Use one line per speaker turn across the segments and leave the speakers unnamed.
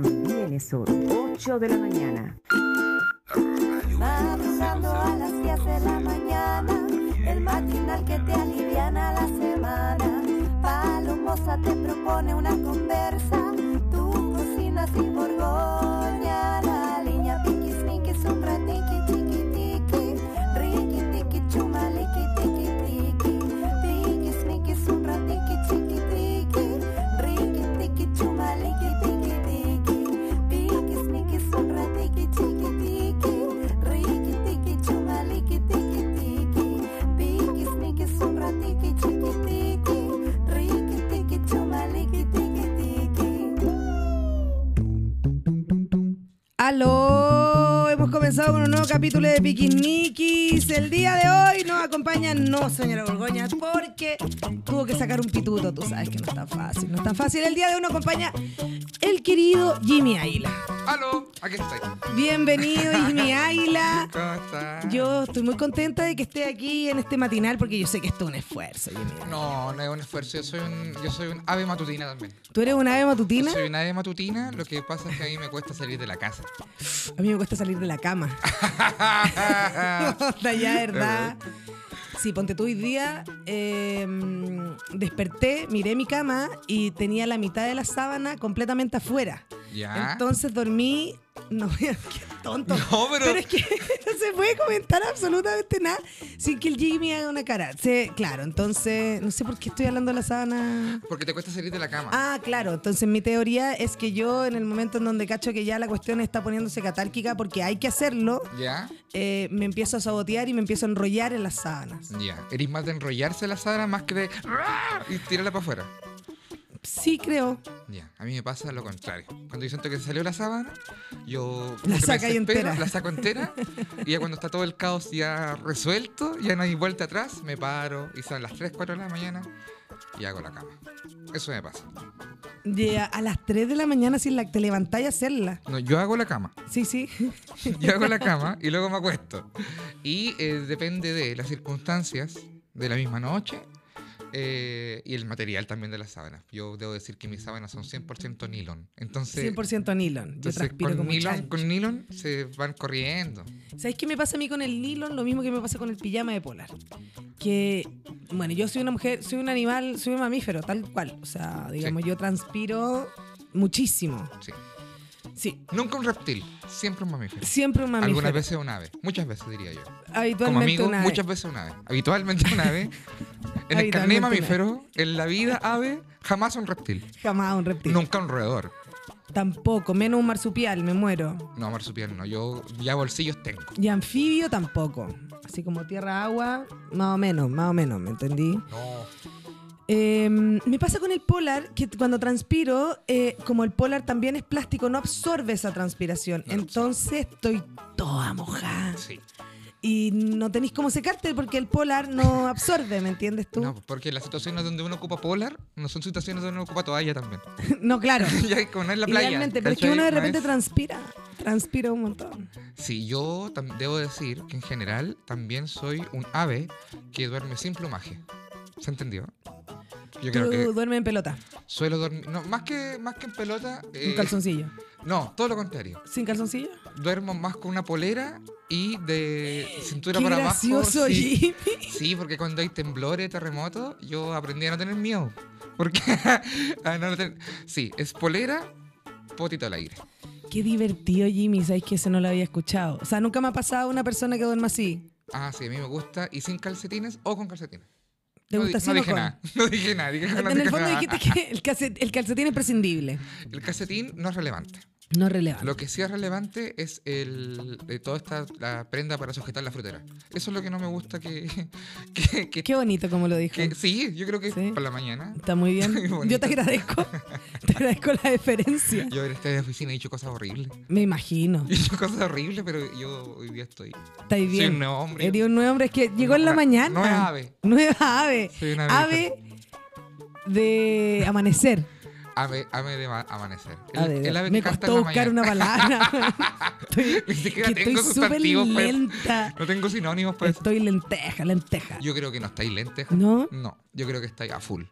Portales Sur, 8 de la mañana.
Madrugando a las 10 de la mañana, el matinal que te aliviana la semana. Palomosa te propone una conversa, tú cocinas y borgoña, la línea piqui, sniqui, supra, tiki, tiki, tiki, riqui, tiki, chuma, liqui, tiki, tiki, piqui, sniqui, supra, tiki, tiki, tiki, riqui, tiki, chuma, liqui, tiki, tiki, piqui, sniqui, supra, tiki, tiki, tiki, riqui, tiki, chuma, liqui, tiki, tiki, piqui, sniqui, supra, tiki, tiki, tiki, riqui, tiki, chuma, liqui, tiki, tiki.
¡Aló! Hemos comenzado con un nuevo capítulo de Piquinikis. El día de hoy nos acompaña, no, señora Borgoña, porque tuvo que sacar un pituto. Tú sabes que no es tan fácil, no es tan fácil. El día de hoy nos acompaña el querido Jimmy Águila.
¡Aló! Aquí estoy.
Bienvenido, Jimmy Águila.
¿Cómo estás?
Yo estoy muy contenta de que esté aquí en este matinal porque yo sé que esto es un esfuerzo, Jimmy.
No, no es un esfuerzo. Yo soy un, yo soy un ave matutina también.
¿Tú eres una ave
Yo
matutina?
soy un ave matutina. Lo que pasa es que a mí me cuesta salir de la casa.
A mí me cuesta salir de la cama.
Ah.
Onda, ya, ¿verdad? Sí, ponte tú hoy día. eh, desperté, miré mi cama y tenía la mitad de la sábana completamente afuera.
ya.
Entonces dormí. No, qué tonto.
No, pero-
es que no se puede comentar absolutamente nada sin que el Jimmy haga una cara. Sí, claro, entonces no sé por qué estoy hablando de la sábana.
Porque te cuesta salir de la cama.
Ah, claro. Entonces mi teoría es que yo en el momento en donde cacho que ya la cuestión está poniéndose catárquica porque hay que hacerlo,
Ya,
eh, me empiezo a sabotear y me empiezo a enrollar en las sábanas.
ya. Eres más de enrollarse la sábana más que de. y tirarla para afuera.
Sí, creo.
Ya. A mí me pasa lo contrario. Cuando yo siento que se salió la sábana, yo.
La
como que me
saca ahí
desespero,
entera.
La saco entera. y ya cuando está todo el caos ya resuelto, ya no hay vuelta atrás, me paro y son las 3, 4 de la mañana y hago la cama. Eso me pasa.
De a, a las 3 de la mañana si la, te levantáis a hacerla.
No, yo hago la cama.
Sí, sí.
Yo hago la cama y luego me acuesto. Y eh, depende de las circunstancias de la misma noche eh, y el material también de las sábanas. Yo debo decir que mis sábanas son 100% nylon. Entonces,
100% nylon. Yo
entonces
transpiro
con,
como
nylon,
chancho.
con nylon se van corriendo.
¿Sabes qué me pasa a mí con el nylon? Lo mismo que me pasa con el pijama de polar. Que, bueno, yo soy una mujer, soy un animal, soy un mamífero, tal cual. O sea, digamos, yo transpiro muchísimo.
Sí.
Sí,
Nunca un reptil, siempre un mamífero.
siempre un mamífero.
Algunas veces un ave, muchas veces diría yo. Como
Habitualmente
amigo,
una ave.
muchas veces un ave. Habitualmente un ave. En el
Habitualmente
carnet
un ave.
mamífero, en la vida ave, jamás un reptil.
Jamás un reptil.
Nunca un roedor.
Tampoco, menos un marsupial, me muero.
No, marsupial no. Yo ya bolsillos tengo.
Y anfibio tampoco. Así como tierra, agua, más o menos, más o menos, ¿me entendí?
No.
Eh, me pasa con el polar que cuando transpiro, eh, como el polar también es plástico, no absorbe esa transpiración.
No lo
Entonces estoy toda mojada.
Sí.
Y no tenéis cómo secarte porque el polar no absorbe, ¿me entiendes tú?
No,
No,
porque las situaciones donde uno ocupa polar no son situaciones donde uno ocupa toalla también.
claro.
ya como no en la playa.
Idealmente, pero es que
¿cachai?
uno de
No
repente
es-
transpira, transpira un montón.
Sí, yo tam- debo decir que en general también soy un ave que duerme sin plumaje. ¿Se entendió? Yo creo
Tú
que
duermes en pelota,
suelo dormir. No, más que, más que en pelota. eh,
un calzoncillo.
No, todo lo contrario.
¿Sin calzoncillo?
Duermo más con una polera y de cintura
Qué
para
gracioso,
abajo. sí.
Jimmy.
Sí, porque cuando hay temblores, terremotos, yo aprendí a no tener miedo. Porque a no ten- Sí, es polera, potito al aire.
Qué divertido, Jimmy. Sabes que ese no lo había escuchado. O sea, nunca me ha pasado una persona que duerma así.
Ah, sí, a mí me gusta. Y sin calcetines o con calcetines.
¿Te
no, di-
gusta así
no
o
dije
con?
nada. No dije nada. dije que no
En el
dije
fondo
nada.
dijiste que el calcetín, el calcetín es prescindible.
El calcetín no es relevante.
No es relevante.
Lo que sí es relevante es el, de toda esta la prenda para sujetar la frutera. Eso es lo que no me gusta que. que, que-
Qué bonito como lo dijo.
que- sí, yo creo que
Sí.
para la mañana.
Está muy bien.
Qué bonito.
Yo te agradezco. Te agradezco la deferencia.
Yo en esta oficina he dicho cosas horribles.
Me imagino.
He dicho cosas horribles, pero yo hoy día estoy
Estáis bien.
Soy un nuevo hombre.
Eres un nuevo hombre. Es que llegó en la
Una-
mañana.
nueva ave.
Nueva ave.
Soy una
ave de amanecer.
Ave, ave de ma- amanecer. El,
A ver,
el ave
Ah,
que
me
canta
costó
en la
buscar
mañana.
una palabra. estoy,
Ni siquiera
que
tengo
estoy súper
sustantivos para eso.
lenta.
No tengo sinónimos pues. para eso.
Estoy lenteja, lenteja.
Yo creo que no estáis lenteja.
¿No?
No, yo creo que estáis a full.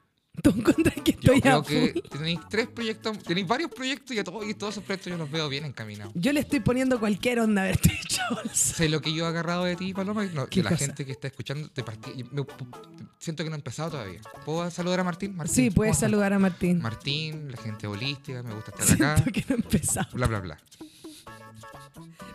¿Tú encuentras que
Yo
estoy a
creo
full?
que tenéis tres proyectos, tenéis varios proyectos y, a todos, y todos esos proyectos yo los veo bien encaminados.
Yo le estoy poniendo cualquier onda a ver Chols.
Sé lo que yo he agarrado de ti, Paloma, y no-
¿Qué
de la
cosa?
gente que está escuchando. Te partí- y me- siento que no he empezado todavía. ¿Puedo saludar a Martín? Martín,
Sí,
¿cómo
puedes
estás?
saludar a Martín.
Martín, la gente holística, me gusta estar acá.
Siento que no empezamos.
Bla, bla, bla.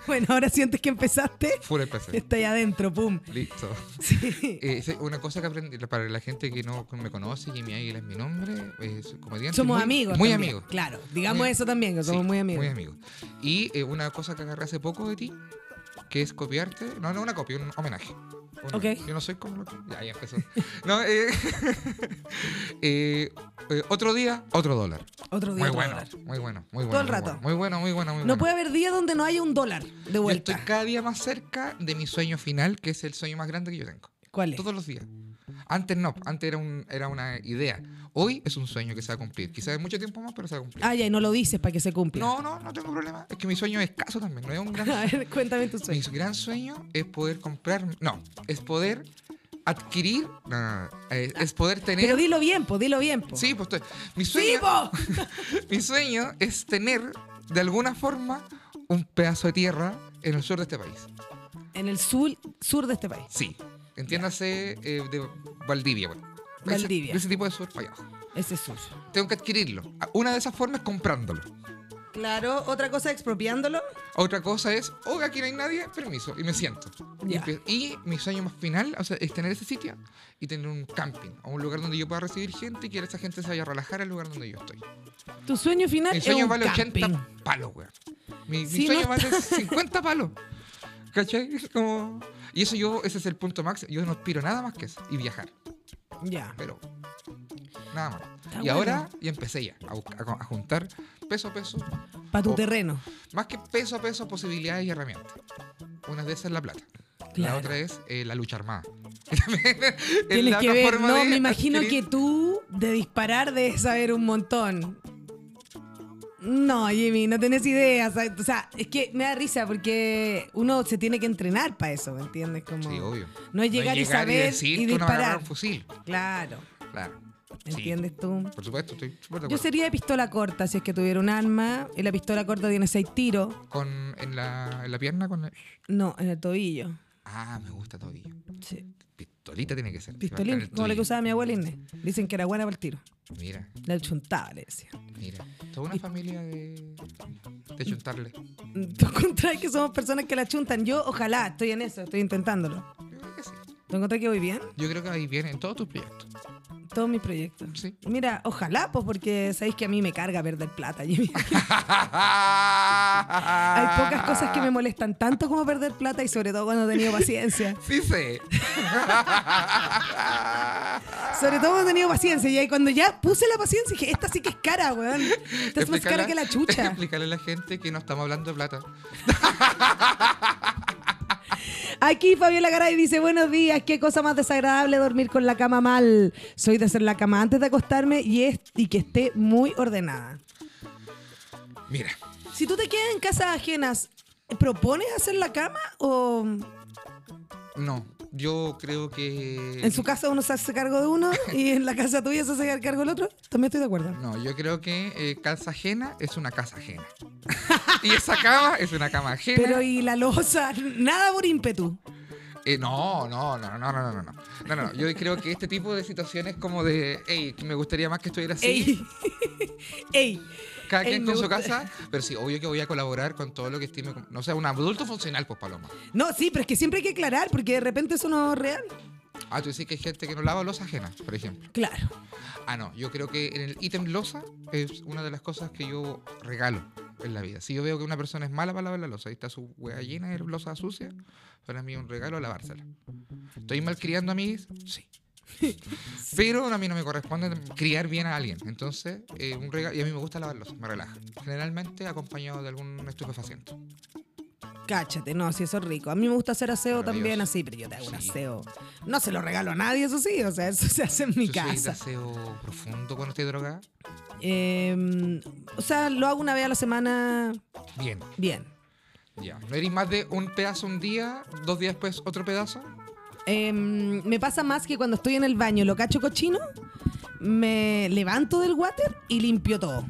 Bueno, ahora sientes que empezaste.
Full empecé.
Estoy adentro, pum.
Listo.
Sí.
Eh, sí, una cosa que aprendí para la gente que no me conoce, Jimmy Águila es mi nombre, es comediante.
Somos
muy-
amigos.
Muy
también,
amigos.
Claro, digamos
Muy-
eso también, que
Sí,
somos muy amigos.
Muy amigos. Y eh, una cosa que agarré hace poco de ti, que es copiarte. No, no una copia, un homenaje. Un-
Ok.
Yo no soy como lo que. Ya, ya empezó. no, eh, eh, eh, otro día, otro dólar.
Otro día.
Muy
otro
bueno,
dólar.
muy bueno, muy bueno.
Todo el
muy
rato.
bueno, Muy bueno, muy bueno, muy bueno.
No puede haber día donde no haya un dólar de
Yo
vuelta.
estoy cada día más cerca de mi sueño final, que es el sueño más grande que yo tengo.
¿Cuál es?
Todos los días. Antes no, antes era, un, era una idea. Hoy es un sueño que se va a cumplir. Quizás en mucho tiempo más, pero se va a cumplir.
Ah, ya, y no lo dices para que se cumpla.
No, no, no tengo problema. Es que mi sueño es escaso también. No es un gran
A ver, cuéntame tu
Mi
sueño.
gran sueño es poder comprar. No, es poder adquirir. No, no, no, eh, es poder tener.
Ah, Pero dilo bien, po, dilo bien, po.
sí, pues estoy- mi
¡Sí,
sueño,
po!
mi sueño es tener, de alguna forma, un pedazo de tierra en el sur de este país.
En el sur, sur de este país.
Sí. Entiéndase eh, de Valdivia, bueno. Ese-
Valdivia.
Ese, tipo de sur para allá.
Ese sur.
Tengo que adquirirlo. Una de esas formas es comprándolo.
Claro, otra cosa expropiándolo.
Otra cosa es, oh, aquí no hay nadie, permiso, y me siento.
Ya.
Y empie- Y mi sueño más final o sea, es tener ese sitio y tener un camping o un lugar donde yo pueda recibir gente y que esa gente se vaya a relajar al lugar donde yo estoy.
Tu sueño final
Mi
Ah, es
sueño
un
vale
camping.
80 palos, weón. Mi, mi
Sí, no
sueño
está-
vale 50 palos. ¿Cachai? Es Como... Y eso yo, ese es el punto máximo. Yo no aspiro nada más que eso. Y viajar.
Ya.
Pero nada más.
Está
y
bueno.
ahora ya empecé ya a, buscar- a juntar peso a peso
Para tu
Oh.
terreno.
más que peso a peso, posibilidades y herramientas. Una de esas es la plata.
Claro.
La otra es eh, la lucha armada. Es
Tienes
la
que
otra
ver,
forma
no,
de
me imagino que
adquirir-
tú de disparar debes saber un montón. No, Jimmy, no tenés idea. ¿sabes? O sea, es que me da risa porque uno se tiene que entrenar para eso, ¿me entiendes? Como
Sí, obvio.
No es llegar, y saber y,
decir que uno va a agarrar
disparar.
un fusil.
Claro,
Claro. Sí,
¿entiendes tú?
por supuesto, estoy súper de
Yo
acuerdo.
sería de pistola corta si es que tuviera un arma. Y la pistola corta tiene seis tiros.
Con, en, la, en la pierna con... el-
No, en el tobillo.
Ah, me gusta todavía.
Sí.
Pistolita tiene que ser.
Pistolín,
Se va a
como la que
estar
usaba mi abuela Inés. Dicen que era buena para el tiro.
el tobillo. Mira,
La chuntaba, le decía.
mira. Toda una familia de... De chuntarle.
¿Tú encontrás que somos personas que la chuntan? Yo, ojalá, estoy en eso, estoy intentándolo.
Yo creo que sí.
¿Tú encontrás que voy bien?
Yo creo que ahí viene en todos tus proyectos.
Todos mis proyectos.
Sí.
Mira, ojalá, pues porque sabéis que a mí me carga perder plata, Jimmy. Hay
Hay
pocas cosas que me molestan tanto como perder plata y sobre todo cuando he tenido paciencia.
Sí sé.
Sobre todo cuando he tenido paciencia y ahí cuando ya puse la paciencia dije, esta sí que es cara, weón. Esta es más cara
Explícala-
que la chucha.
Explícale a la gente que no estamos hablando de plata.
Aquí Fabiola Garay dice, buenos días, qué cosa más desagradable dormir con la cama mal. Soy de hacer la cama antes de acostarme y, es, y que esté muy ordenada.
Mira,
Si tú te quedas en casas ajenas, ¿propones hacer la cama o
no, yo creo que.
en su casa uno se hace cargo de uno y en la casa tuya se hace cargo del otro? También estoy de acuerdo.
No, yo creo que eh, casa ajena es una casa ajena. y esa cama es una cama ajena.
Pero y la losa, nada por ímpetu.
Eh, no, no, no, no, no, no, no, no. No, no, no, Yo creo que este tipo de situaciones como de, hey, me gustaría más que estuviera así.
Ey, ey,
Cada
Ey,
quien
me
con su
gusta.
casa, pero sí, obvio que voy a colaborar con todo lo que estime. No sé, un adulto funcional, pues Paloma.
no, sí, pero es que siempre hay que aclarar porque de repente eso no es real.
Ah, tú decís que hay gente que no lava losa ajena, por ejemplo.
Claro.
Ah, no, yo creo que en el ítem losa es una de las cosas que yo regalo en la vida. Si yo veo que una persona es mala para lavar la losa y está su hueá llena de losa sucia, para mí es un regalo lavársela. ¿Estoy malcriando a mí? Sí. Pero a mí no me corresponde criar bien a alguien. Entonces, eh, un regalo. Y a mí me gusta lavar losa, me relaja. Generalmente acompañado de algún estupefaciente.
Cáchate, no, si eso es rico. A mí me gusta hacer aseo
Maravilloso.
también así, pero yo te hago un
Sí.
aseo. No se lo regalo a nadie, eso sí, o sea, eso se hace en mi
Yo soy de
casa.
aseo profundo cuando estoy drogada.
Eh, o sea, lo hago una vez a la semana
Bien.
bien.
Ya. ¿No Mm, eres más de un pedazo un día, dos días después otro pedazo?
Em, me pasa más que cuando estoy en el baño, lo cacho cochino, me levanto del water y limpio todo.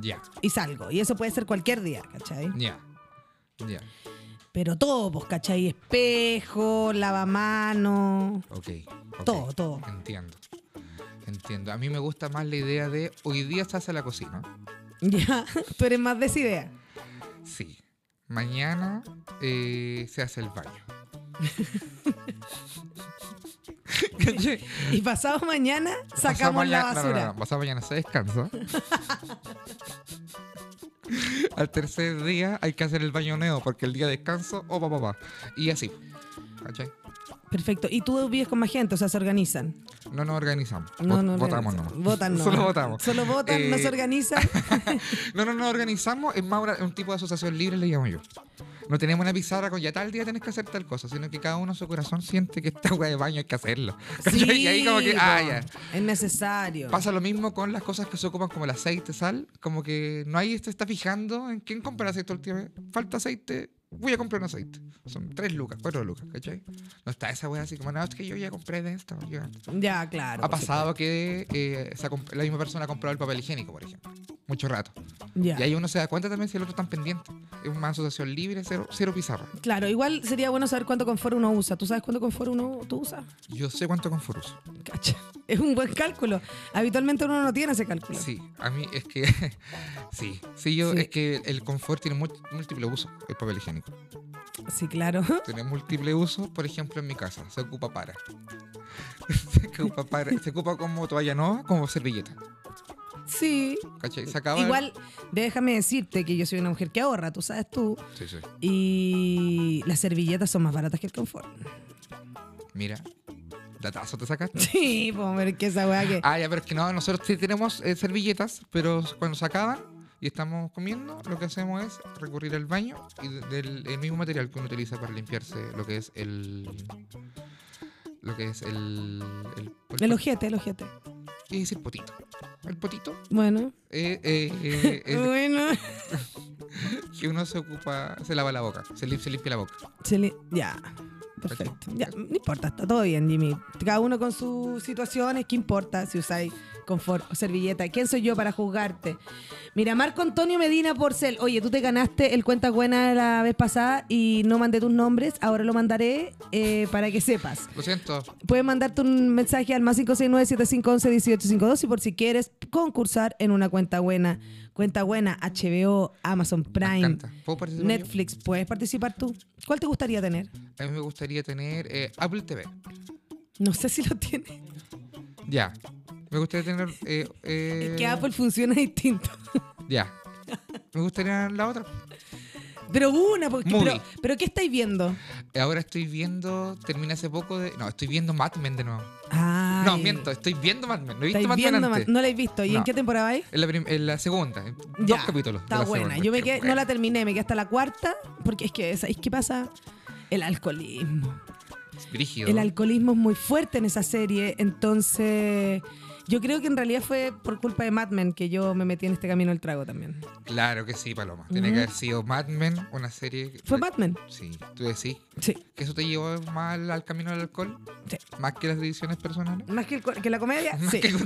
Ya,
Y salgo. Y eso puede ser cualquier día, ¿cachai?
ya, ya.
Pero todo, pues, ¿cachai? Espejo, lavamanos.
Ok. ok.
Todo, todo.
Entiendo. Entiendo. A mí me gusta más la idea de hoy día se hace la cocina.
Ya, tú eres más de esa idea.
Sí. Mañana eh, se hace el baño. ¿Cachai?
Y pasado mañana
Pasado
sacamos la
mañana- no, no, no,
basura.
no, pasado mañana se descansa. Al tercer día hay que hacer el bañoneo porque el día de descanso, opa, papá. Y así. ¿Cachai?
Perfecto. Y tú vives con más gente, o sea, se organizan.
No nos organizamos.
No,
Vot-
no.
votamos
organizan.
nomás.
Votan no.
Solo votamos.
Solo votan, no
Eh,
se organizan.
No, no, no organizamos, es más una- un tipo de asociación libre, le llamo yo. No tenemos una pizarra con ya tal día tenés que hacer tal cosa, sino que cada uno en su corazón siente que esta hueá de baño hay que hacerla. ¿Cachai? y ahí como que,
po,
ah, ya.
Es necesario.
Pasa lo mismo con las cosas que se ocupan como el aceite, sal, como que no hay, se está fijando en quién compra el aceite últimamente. Falta aceite, voy a comprar un aceite. Son tres lucas, cuatro lucas, ¿cachai? No está esa hueá así como, no, es que yo ya compré de esta. yo-
Ya, claro.
Ha
por
pasado que eh, se ha comp- la misma persona ha comprado el papel higiénico, por ejemplo. Mucho rato.
supuesto. Ya.
Y ahí uno se da cuenta también si el otro está pendiente. Es una asociación libre, cero, cero pizarra.
Claro, igual sería bueno saber cuánto confort uno usa. ¿Tú sabes cuánto confort uno tú usas?
Yo sé cuánto confort uso.
Cacha. Es un buen cálculo. Habitualmente uno no tiene ese cálculo.
Sí, a mí es que. sí, sí, yo.
Sí.
Es que el confort tiene mu- múltiple uso, el papel higiénico.
Sí, claro.
Tiene múltiple uso, por ejemplo, en mi casa. Se ocupa para. se, ocupa para se ocupa como toalla no, como servilleta.
Sí.
¿Cachai? Se acaba. el-
Igual, déjame decirte que yo soy una mujer que ahorra, tú sabes tú.
Sí, sí.
Y las servilletas son más baratas que el confort.
Mira, datazo te sacaste.
Sí, pues, pero es que esa weá que.
Ah, ya, pero es que no, nosotros sí tenemos eh, servilletas, pero cuando se acaban y estamos comiendo, lo que hacemos es recurrir al baño y de- del el mismo material que uno utiliza para limpiarse lo que es el. Lo que es el. El,
El ojete, el ojete.
¿Qué es el potito? El potito
Bueno,
eh, eh, eh, es
bueno.
que uno se ocupa, se lava la boca, se, lim- se limpia la boca.
Se le- Ya. Perfecto. Ya, no importa, está todo bien, Jimmy. Cada uno con sus situaciones, ¿qué importa si usáis confort o servilleta? ¿Quién soy yo para juzgarte? Mira, Marco Antonio Medina Porcel. Oye, tú te ganaste el cuenta buena la vez pasada y no mandé tus nombres, ahora lo mandaré eh, para que sepas.
Lo siento,
Puedes mandarte un mensaje al más 569-7511-1852 y por si quieres concursar en una cuenta buena. Cuenta buena, HBO, Amazon
me
Prime,
encanta. ¿Puedo participar yo?
Netflix. ¿Puedes participar tú? ¿Cuál te gustaría tener?
A mí me gustaría tener eh, Apple TV.
No sé si lo tiene.
Ya. Me gustaría tener. eh,
Es
eh,
que Apple funciona distinto.
Ya. Me gustaría la otra.
Pero una, porque,
Movie.
pero, pero ¿qué estáis viendo?
Ahora estoy viendo, terminé hace poco de. No, estoy viendo Mad Men de nuevo.
Ay,
No, miento, estoy viendo Mad Men. No he
estáis
visto Mad Men
viendo
antes.
Ma- No la he visto. ¿Y en
No.
qué temporada vais?
En, la prim- en la segunda, en dos
Ya,
capítulos. de
Está
la
buena.
segunda.
Yo me
Qué
quedé, no
buena.
la terminé, me quedé hasta la cuarta, porque es que, ¿sabéis qué pasa? El alcoholismo.
Brígido.
El alcoholismo es muy fuerte en esa serie, entonces yo creo que en realidad fue por culpa de Mad Men que yo me metí en este camino del trago también.
Claro que sí, Paloma. Tiene que
Ujú.
haber sido Mad Men, una serie. que-
¿Fue Mad Men?
Sí, tú decís.
Sí.
¿Que eso te llevó más al- al camino del alcohol?
Sí.
¿Más que las decisiones personales?
¿Más que, el co- que la comedia?
Más,
Sí.
que,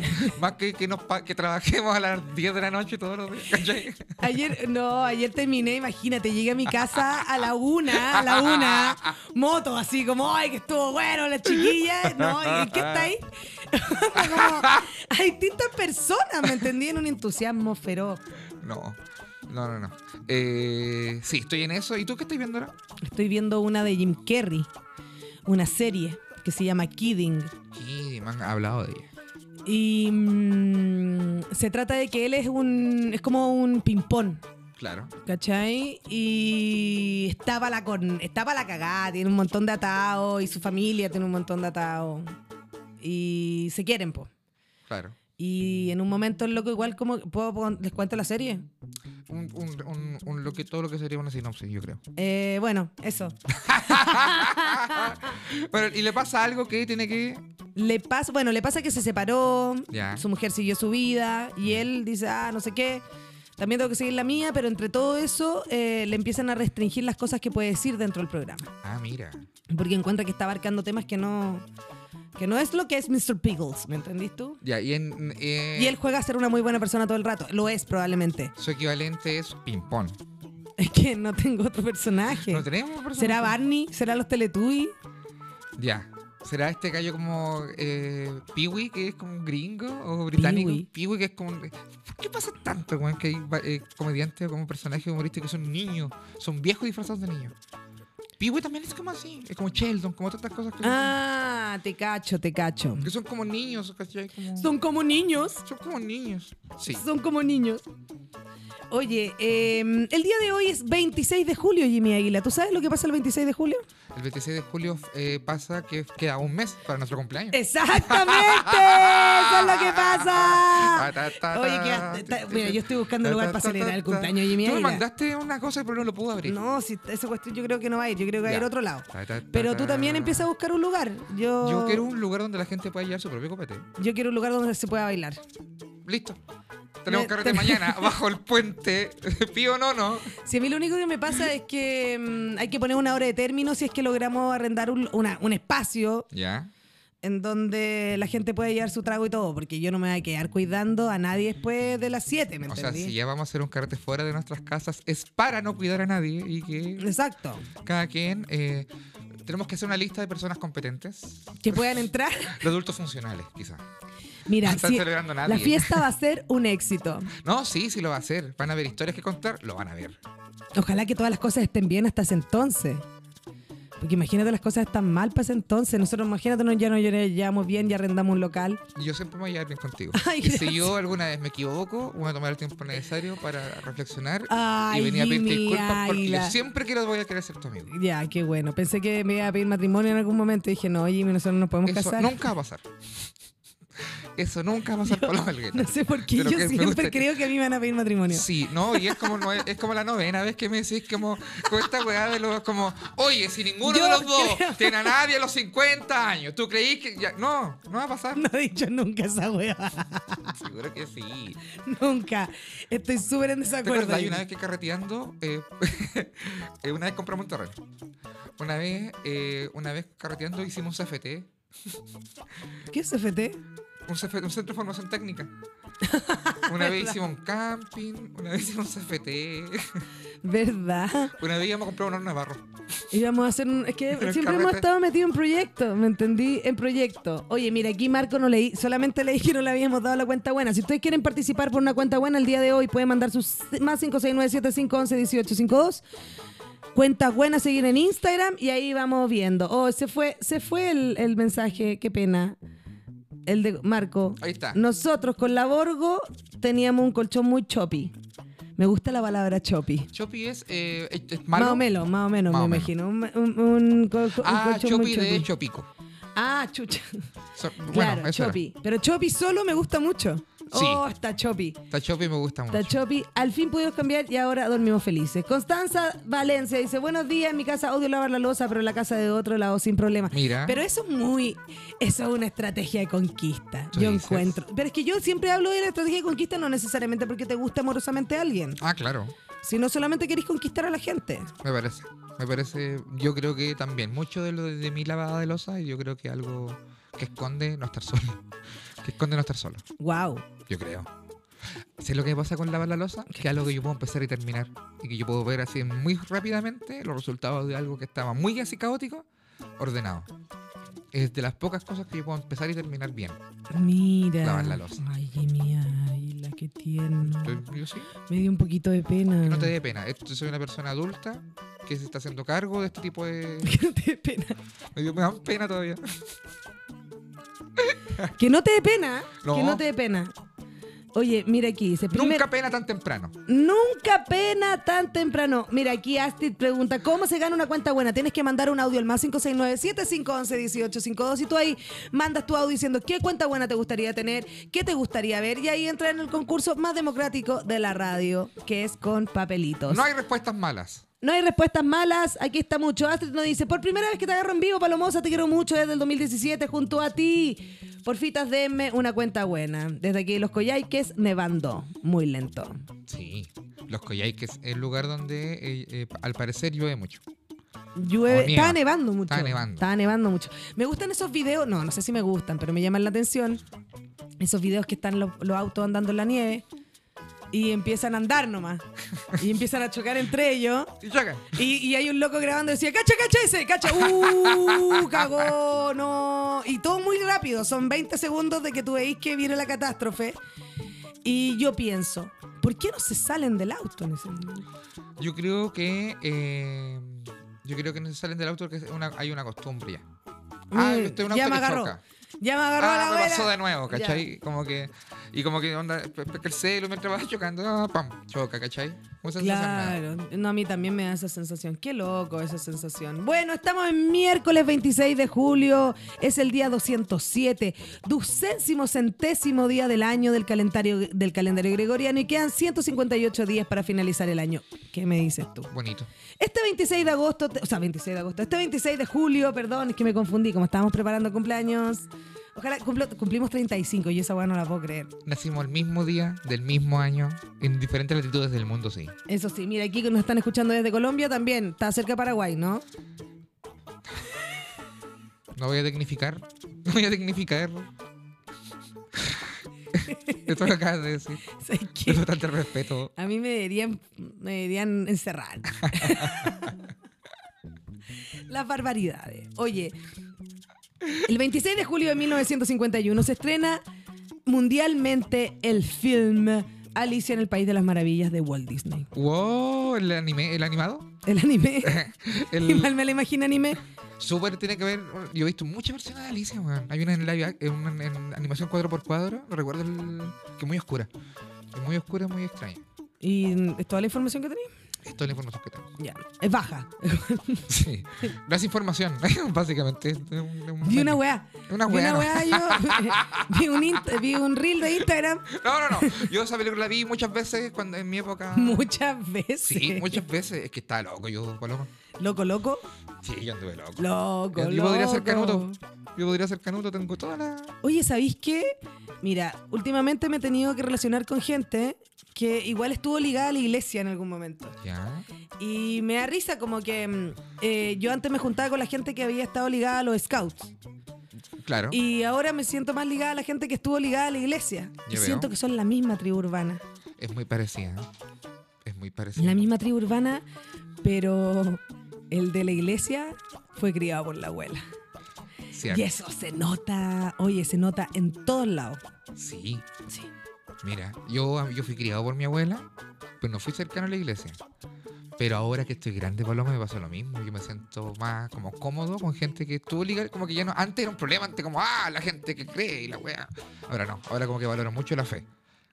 más que, que nos pa- que trabajemos a las 10 de la noche todos los días. ¿cachai?
Ayer, no, ayer terminé, imagínate, llegué a mi casa a la una, a la una, moto, así como, ay, que estuvo bueno, la chiquilla, no, ¿y qué está ahí? como, a distintas personas, ¿me entendí? En un entusiasmo feroz.
No, no, no, no. Eh, sí, estoy en eso. ¿Y tú qué estás viendo ahora?
Estoy viendo una de Jim Carrey, una serie que se llama Kidding.
Sí, me han hablado de ella.
Y mm, se trata de que él es un. es como un ping-pong,
Claro.
¿cachai? Y estaba la con. estaba la cagada, tiene un montón de atados, y su familia tiene un montón de atados. Y se quieren, po.
Claro.
Y en un momento el loco igual como. ¿Puedo pon- les cuento la serie?
Un, un, un, un lo que, todo lo que sería una sinopsis, yo creo.
Eh, bueno, eso.
Bueno, y le pasa algo que tiene que.
Le pasa, bueno, le pasa que se separó,
Ya.
su mujer siguió su vida y él dice, ah, no sé qué, también tengo que seguir la mía, pero entre todo eso eh, le empiezan a restringir las cosas que puede decir dentro del programa,
Ah, mira.
porque encuentra que está abarcando temas que no, Que no es lo que es Mr. Pickles, ¿me entendís tú?
Ya, y en. eh,
Y él juega a ser una muy buena persona todo el rato. Lo es, probablemente.
Su equivalente es ping-pong.
Es que no tengo otro personaje.
¿No tenemos personaje?
¿Será Barney? ¿Será los Teletubbies?
Ya. ¿Será este gallo como eh, Peewee, que es como un gringo o británico?
Peewee.
Peewee, que es como. un- ¿Por qué pasa tanto, weón, que hay va- eh, comediantes o como personajes humorísticos que son niños? Son viejos disfrazados de niños. Peewee también es como así. Es como Sheldon, como otras cosas que,
Ah, te cacho, te cacho.
que son como niños, ¿cachai? Como-
Son como niños.
son como niños. Sí.
Son como niños. Oye, eh, el día de hoy es 26 de julio, Jimmy Águila. ¿Tú sabes lo que pasa el 26 de julio?
El 26 de julio eh, pasa que queda un mes para nuestro cumpleaños.
Exactamente. Eso es lo que
Ta,
pasa.
ta, ta,
Oye,
ta,
que hasta- ta-
ta,
mira, yo estoy buscando
ta,
lugar
ta,
para
ta,
celebrar
ta,
el
ta.
cumpleaños de Jimmy
Tú me
Águila.
mandaste una cosa, pero no lo pude abrir.
No, si esa cuestión yo creo que no va a ir. Yo creo que va a
Ya.
ir a otro lado.
Ta, ta, ta,
Pero tú
ta.
también empieza a buscar un lugar. Yo,
Yo quiero un lugar donde la gente pueda llevar su propio copete.
yo quiero un lugar donde se pueda bailar.
Listo. Tenemos
Me-
carrete
te-
mañana, bajo el puente. Pío no, no.
Si a mí lo único que me pasa es que mm, hay que poner una hora de término si es que logramos arrendar un, una- un espacio
Ya.
en donde la gente puede llevar su trago y todo, porque yo no me voy a quedar cuidando a nadie después de las 7, ¿me
O sea, si
entendí?
ya vamos a hacer un carrete fuera de nuestras casas, es para no cuidar a nadie y que
Exacto.
cada quien. eh, tenemos que hacer una lista de personas competentes,
Que puedan entrar.
de adultos funcionales, quizás.
Mira,
No están
si-
celebrando a
la
nadie.
fiesta va a ser un éxito.
No, sí, sí lo va a hacer. Van a haber historias que contar, lo van a ver.
Ojalá que todas las cosas estén bien hasta ese entonces. Porque imagínate las cosas están mal para ese entonces. Nosotros, imagínate, no, ya no ya no llevamos bien, ya arrendamos un local.
Y Yo siempre me voy a llevar bien contigo.
Ay,
y
gracias.
si yo alguna vez me equivoco, voy a tomar el tiempo necesario para reflexionar
Ay,
y venir a pedirte
Jimmy,
disculpas porque
Águila.
yo siempre que los voy a querer ser tu amigo.
Ya, qué bueno. Pensé que me iba a pedir matrimonio en algún momento. Dije, no, Jimmy, nosotros no nos podemos
Eso
casar.
nunca va a pasar. Eso nunca va a pasar, Pablo Valguera.
No sé por qué
Pero
yo
que me
siempre
gustaría-
creo que a mí me van a pedir matrimonio.
Sí, no, y es como, no- es como la novena vez que me decís como con esta weá de los como, oye, si ninguno
Yo
de los dos
creo-
tiene a nadie a los 50 años, ¿tú creís que ya? No, no va a pasar.
No he dicho nunca esa wea.
Seguro que sí.
nunca. Estoy súper en
¿Te
desacuerdo.
acuerdas? Hay
Jimmy.
una vez que carreteando, eh, eh, una vez compramos un terreno. Una vez, eh, una vez carreteando hicimos un CFT,
¿Qué es FT?
un, CFT, un centro de formación técnica. Una vez hicimos un camping, una vez hicimos un CFT,
¿Verdad?
una vez íbamos a comprar un horno de barro.
Íbamos a hacer un... Es que
Pero el
siempre hemos
carrete.
estado metidos en proyectos, ¿me entendí? En proyectos. Oye, mira, aquí Marco no leí, solamente leí que no le habíamos dado la cuenta buena. Si ustedes quieren participar por una cuenta buena el día de hoy, pueden mandar sus más 569-7511-1852. Cuentas buenas, seguir en Instagram y ahí vamos viendo. Oh, se fue, se fue el, el mensaje, qué pena. El de Marco.
Ahí está.
Nosotros con la Borgo teníamos un colchón muy choppy. Me gusta la palabra choppy.
Chopi es, eh, es- es malo.
Más o menos, más o menos,
Más
me
o menos.
imagino. Un, un- un co- co- un
Ah,
colchón muy
Chopi de Chopico.
Ah, chucha.
So- bueno,
claro,
eso era.
Chopi. Pero Chopi solo me gusta mucho.
Sí.
Oh, está Chopi.
Esta Chopi me gusta mucho.
Está Chopi. Al fin pudimos cambiar y ahora dormimos felices. Constanza Valencia dice, buenos días, en mi casa odio lavar la losa, pero en la casa de otro la hago sin problema.
Mira.
Pero eso es muy, eso es una estrategia de conquista,
¿Tú
yo
dices?
encuentro. Pero es que yo siempre hablo de la estrategia de conquista no necesariamente porque te gusta amorosamente a alguien,
Ah, claro.
sino solamente querés conquistar a la gente.
Me parece. Me parece, yo creo que también, mucho de lo de, de mi lavada de losa, yo creo que algo que esconde no estar solo. Que esconde no estar solo,
Wow.
yo creo. ¿Sé lo que pasa con lavar la losa? Que es algo que yo puedo empezar y terminar. Y que yo puedo ver así muy rápidamente los resultados de algo que estaba muy así caótico, ordenado. Es de las pocas cosas que yo puedo empezar y terminar bien.
Mira.
Lavar la loza.
Ay, Jimmy, Águila, qué tierno.
Yo, yo sí,
Me dio un poquito de pena.
que no te dé pena. Yo soy una persona adulta que se está haciendo cargo de este tipo de...
Que no te dé pena.
Me, dio, me dan pena todavía.
Que no te dé pena.
No.
Que no te dé pena. Oye, mira aquí, dice primer-
Nunca pena tan temprano.
nunca pena tan temprano. Mira, aquí Astrid pregunta, ¿cómo se gana una cuenta buena? Tienes que mandar un audio al más 569-7511-1852 y tú ahí mandas tu audio diciendo qué cuenta buena te gustaría tener, qué te gustaría ver y ahí entra en el concurso más democrático de la radio, que es con papelitos.
No hay respuestas malas.
No hay respuestas malas, aquí está mucho. Astrid nos dice, por primera vez que te agarro en vivo, Palomosa, te quiero mucho desde el 2017 junto a ti. Porfitas, denme una cuenta buena. Desde aquí los Coyhaiques, nevando muy lento.
Sí. Los Coyhaiques es el lugar donde eh, eh, al parecer llueve mucho.
Llueve.
O nieva.
Estaba nevando mucho.
Estaba nevando.
Estaba nevando mucho. Me gustan esos videos. No, no sé si me gustan, pero me llaman la atención. Esos videos que están los, los autos andando en la nieve y empiezan a andar nomás. Y empiezan a chocar entre ellos.
Y chocan.
Y, y hay un loco grabando y decía, cacha, cacha ese, cacha, uh, cagó, no. Y todo muy rápido, son 20 segundos de que tú veis que viene la catástrofe. Y yo pienso, ¿por qué no se salen del auto en ese momento?
Yo creo que. eh, yo creo que no se salen del auto porque es una- hay una costumbre ya. Ah,
Mm,
este es un auto
ya
que
me agarró.
choca.
Ya me agarró la
Ah, me
abuela.
pasó de nuevo,
Ya.
¿cachai? Como que. Y como que onda, pe- pesca el celo mientras vas chocando, ah, pam, choca, ¿cachai? Una sensación nada.
Claro, no, a mí también me da esa sensación. Qué loco esa sensación. Bueno, estamos en miércoles 26 de julio, es el día 207, ducésimo centésimo día del año del calendario, del calendario gregoriano y quedan 158 días para finalizar el año. ¿Qué me dices tú?
Bonito.
Este 26 de agosto, te- o sea, 26 de agosto, este 26 de julio, perdón, es que me confundí, como estábamos preparando cumpleaños. Ojalá cumplo- cumplimos 35 y esa weá no la puedo creer.
Nacimos el mismo día, del mismo año, en diferentes latitudes del mundo, sí.
Eso sí, mira, aquí que nos están escuchando desde Colombia también. Está cerca de Paraguay, ¿no?
No voy a tecnificar. No voy a tecnificar. Esto lo acabas de decir.
¿Sabes qué?
Con bastante respeto.
A mí me deberían, me deberían encerrar. Las barbaridades. Oye, el 26 de julio de 1951 se estrena mundialmente el film Alicia en el País de las Maravillas de Walt Disney.
Wow, el anime, el animado.
El anime.
El
Igual me la imagino anime.
super tiene que ver. Yo he visto muchas versiones de Alicia, weón. Hay una en live ac- en, una en animación cuadro por cuadro, no recuerdo el. que es muy oscura. Es muy oscura, muy extraña.
¿Y es toda la información que tenía?
Esto es la información que tengo.
Ya. Es baja.
Sí. No es información, básicamente. Es un- es un-
Vi una weá.
Una
Vi
weá.
una
no.
weá yo. vi, un int- vi un reel de Instagram
No, no, no. Yo esa película la vi muchas veces cuando en mi época.
muchas veces.
Sí, muchas veces. Es que estaba loco yo, Paloma.
Loco, loco.
Sí, yo anduve loco.
Loco, loco.
Yo- yo podría ser Canuto. Yo podría ser canuto, tengo toda la.
Oye, ¿sabéis qué? Mira, últimamente me he tenido que relacionar con gente que igual estuvo ligada a la iglesia en algún momento.
Ya.
Y me da risa como que mm, eh, yo antes me juntaba con la gente que había estado ligada a los scouts.
Claro.
Y ahora me siento más ligada a la gente que estuvo ligada a la iglesia.
Ya
Yo
veo.
siento que son la misma tribu urbana.
Es muy parecida. Es muy parecida.
La misma tribu urbana, pero el de la iglesia fue criado por la abuela.
Cierto.
Y eso se nota, oye, se nota en todos lados.
Sí.
Sí.
Mira, yo, yo fui criado por mi abuela, pero no fui cercano a la iglesia. Pero ahora que estoy grande, Paloma, me pasa lo mismo. Yo me siento más como cómodo con gente que estuvo ligada. Como que ya no. Antes era un problema, antes como, ah, la gente que cree y la wea. Ahora no. Ahora como que valoro mucho la fe.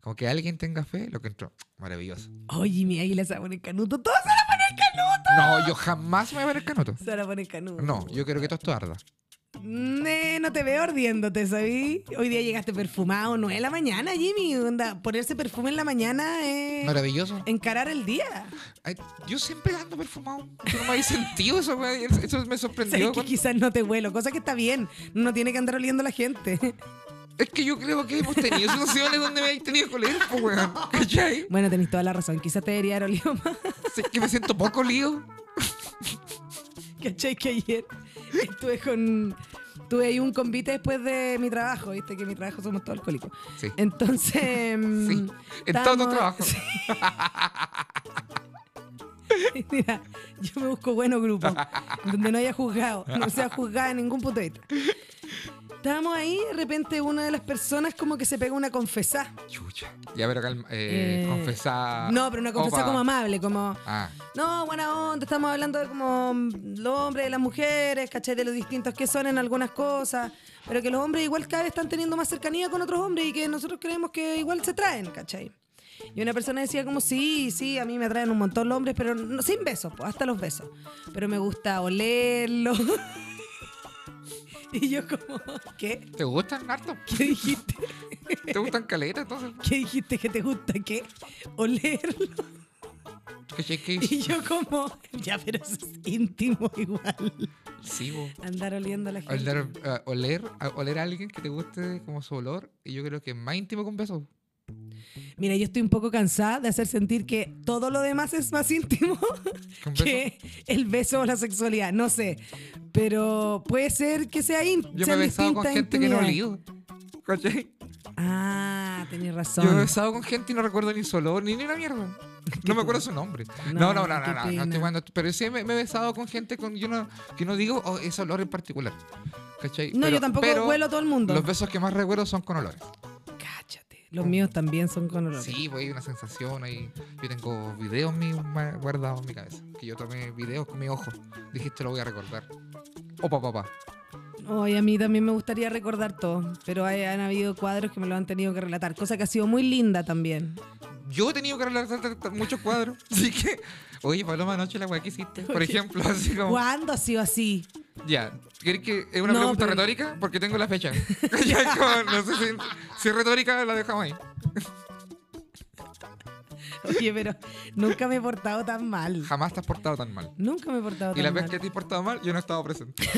Como que alguien tenga fe, lo que entró. Maravilloso.
Oye, mi águila se va a poner canuto. Todos se van a poner canuto.
No, yo jamás me voy a ver el canoto.
Se van a poner canuto.
No, yo quiero que todo esto arda.
Ne, no te veo ardiéndote, ¿sabí? Hoy día llegaste perfumado. No es la mañana, Jimmy. Onda, ponerse perfume en la mañana es
Maravilloso.
encarar el día.
Ay, yo siempre ando perfumado. Yo no me había sentido eso, güey. Eso me
Sabes
sorprendió.
que
cuando-
quizás no te vuelo, cosa que está bien. No tiene que andar oliendo a la gente.
Es que yo creo que hemos tenido situaciones donde me habéis tenido que oler, pues, weón. ¿Cachai?
Bueno, tenés toda la razón. Quizás te debería haber olido más.
Si es que me siento poco lío.
¿Cachai? Que ayer estuve con. Tuve ahí un convite después de mi trabajo, viste que en mi trabajo somos todos alcohólicos.
Sí.
Eh, Entonces. mm,
Sí. En todo
estábamos-
tu trabajo.
Sí. Mira, yo me busco buenos grupos donde no haya juzgado, no sea juzgada en ningún punto de vista. Estábamos ahí, de repente una de las personas como que se pega una confesá.
Chucha. Ya, pero calma. Eh,
Eh,
confesá.
No, pero una confesá
Opa.
como amable, como.
Ah,
No, buena onda, estamos hablando de como los hombres, las mujeres, ¿cachai? De los distintos que son en algunas cosas, pero que los hombres igual cada vez están teniendo más cercanía con otros hombres y que nosotros creemos que igual se traen, ¿cachai? Y una persona decía como, sí, sí, a mí me atraen un montón los hombres, pero no- sin besos, pues, hasta los besos. Pero me gusta olerlo. y yo como, ¿qué?
¿te gustan harto?
¿Qué dijiste?
¿Te gustan caletas? Entonces,
¿Qué dijiste que te gusta? ¿Qué? Olerlo.
¿cachai? Que
Y yo como, ya, pero eso es íntimo igual.
sí, eh, bo.
Andar oliendo a la gente.
Oler, ah, oler, a- oler a alguien que te guste como su olor, y yo creo que es más íntimo con besos.
Mira, yo estoy un poco cansada de hacer sentir que todo lo demás es más íntimo
¿Con beso?
que el beso o la sexualidad. No sé. Pero puede ser que sea in-
Yo me he
sean
besado con
distintas
gente que no
intimidades.
lío. ¿Cachai?
Ah, tenés razón.
Yo me he besado con gente y no recuerdo ni su olor, ni, ni una mierda. No me acuerdo su nombre.
No,
No, no, no, no,
qué
no, no,
pena.
estoy jugando. Pero sí me, me he besado con gente con, yo no, que no digo oh, ese olor en particular. ¿Cachai?
No,
Pero-
yo tampoco
pero
huelo a todo el mundo.
Los besos que más recuerdo son con olores.
Cáchate. Los míos también son con olor.
Sí, pues hay una sensación ahí. Yo tengo videos míos ma- guardados en mi cabeza. Que yo tomé videos con mi ojo. Dijiste, lo voy a recordar. Opa, papá.
Hoy a mí también me gustaría recordar todo, pero hay- han habido cuadros que me lo han tenido que relatar, cosa que ha sido muy linda también.
Yo he tenido que arreglar muchos cuadros. Así que, oye, Paloma, anoche la weá que hiciste. Por ejemplo, así como.
¿Cuándo ha sido así?
Ya, ¿querés que es una
No,
pregunta
pero-
retórica? Porque tengo la fecha. Ya, es como, no sé si, si es retórica, la dejamos ahí.
Oye, pero nunca me he portado tan mal.
Jamás te has portado tan mal.
Nunca me he portado
Y
tan
las
mal.
veces que te has portado mal, yo no he estado presente.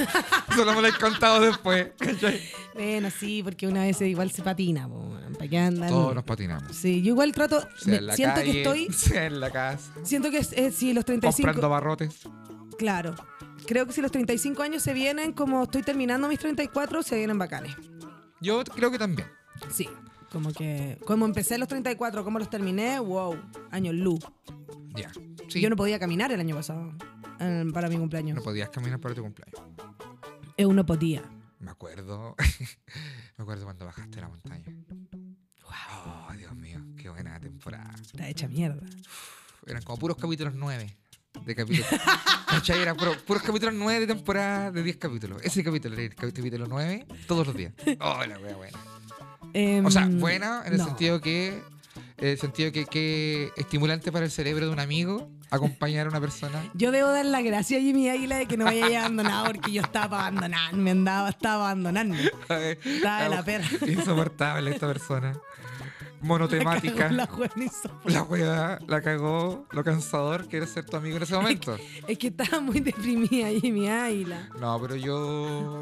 Solo me lo he contado después. ¿cachai?
Bueno, sí, porque una vez igual se patina, ¿para qué andan?
Todos nos patinamos.
Sí, yo igual trato,
Sea
me-
en la
siento
calle,
que estoy,
Sea en la casa.
siento que es- eh, si los 35,
Comprando barrotes.
claro, creo que si los 35 años se vienen, como estoy terminando mis 34, se vienen bacanes.
Yo creo que también.
Sí, como que. Como empecé los 34, como los terminé, wow, año luz.
Ya. Sí.
Yo no podía caminar el año pasado eh, para mi cumpleaños.
No podías caminar para tu cumpleaños.
Eh, uno podía.
Me acuerdo. me acuerdo cuando bajaste la montaña. Oh, Dios mío, qué buena temporada.
Está hecha mierda.
Eran como puros capítulos 9 de capítulos. ¿Cachai? Eran puro- puros capítulos 9 de temporada de 10 capítulos. Ese capítulo era el capítulo 9 todos los días. Oh, la wea buena. O sea,
Em,
buena en el
no.
sentido que. En el sentido que, que estimulante para el cerebro de un amigo acompañar a una persona.
Yo debo dar la gracia a Jimmy Águila de que no me haya abandonado porque yo estaba para abandonarme, andaba, estaba para abandonarme.
Está
de Ah, la perra.
Insoportable esta persona. Monotemática.
Cagó la wea, me hizo-
La weá la cagó, lo cansador que era ser tu amigo en ese momento.
Es que estaba muy deprimida Jimmy Águila.
No, pero yo.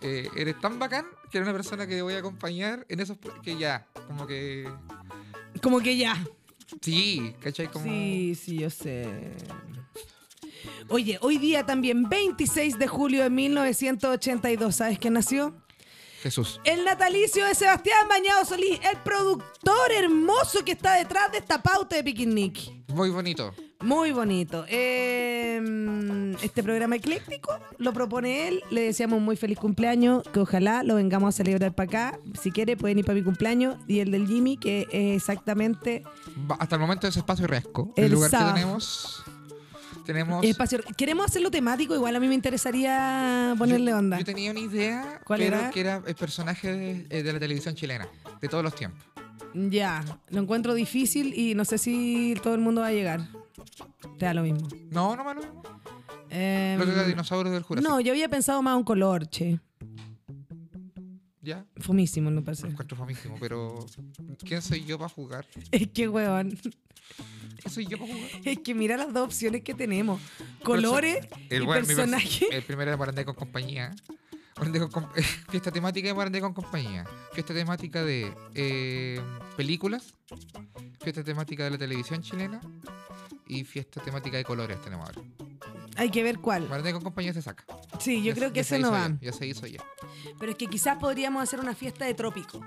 eh, eres tan bacán que eres una persona que voy a acompañar en esos. pro- que ya, como que.
Como que ya.
Sí, ¿cachai? Como.
Sí, sí, yo sé. Oye, hoy día también, 26 de julio de 1982, ¿sabes quién nació?
Jesús.
El natalicio de Sebastián Bañado Solís, el productor hermoso que está detrás de esta pauta de Piquinique.
Muy bonito.
Muy bonito. Eh, este programa ecléctico lo propone él. Le deseamos un muy feliz cumpleaños. Que ojalá lo vengamos a celebrar para acá. Si quiere, pueden ir para mi cumpleaños y el del Jimmy, que es exactamente
Va- hasta el momento es espacio riesgo. El,
El
lugar
sábado.
que tenemos. Tenemos.
Espacio. Queremos hacerlo temático, igual a mí me interesaría ponerle
yo,
onda.
Yo tenía una idea,
¿Cuál
pero
era?
que era el personaje de, eh, de la televisión chilena, de todos los tiempos.
Ya, lo encuentro difícil y no sé si todo el mundo va a llegar. Te da lo mismo.
No, no me lo mismo.
Em,
Lo que era dinosaurios del Jurásico.
no, yo había pensado más un color, che.
Ya.
Fumísimo, no
Lo
parece.
encuentro famísimo, pero ¿quién soy yo para jugar?
Es que, weón.
¿Quién soy yo para jugar?
Es que mira las dos opciones que tenemos: colores y
weón, mi perso-
personaje.
el primero de Morandé con compañía. Morandé con com- fiesta temática de Morandé con compañía. Fiesta temática de eh, películas. Fiesta temática de la televisión chilena. Y fiesta temática de colores tenemos ahora.
Hay que ver cuál.
Morandé con compañía se saca.
Sí, yo
Ya-
creo que
ya se
eso no
hizo
va.
Ya, ya se hizo ya.
Pero es que quizás podríamos hacer una fiesta de trópico.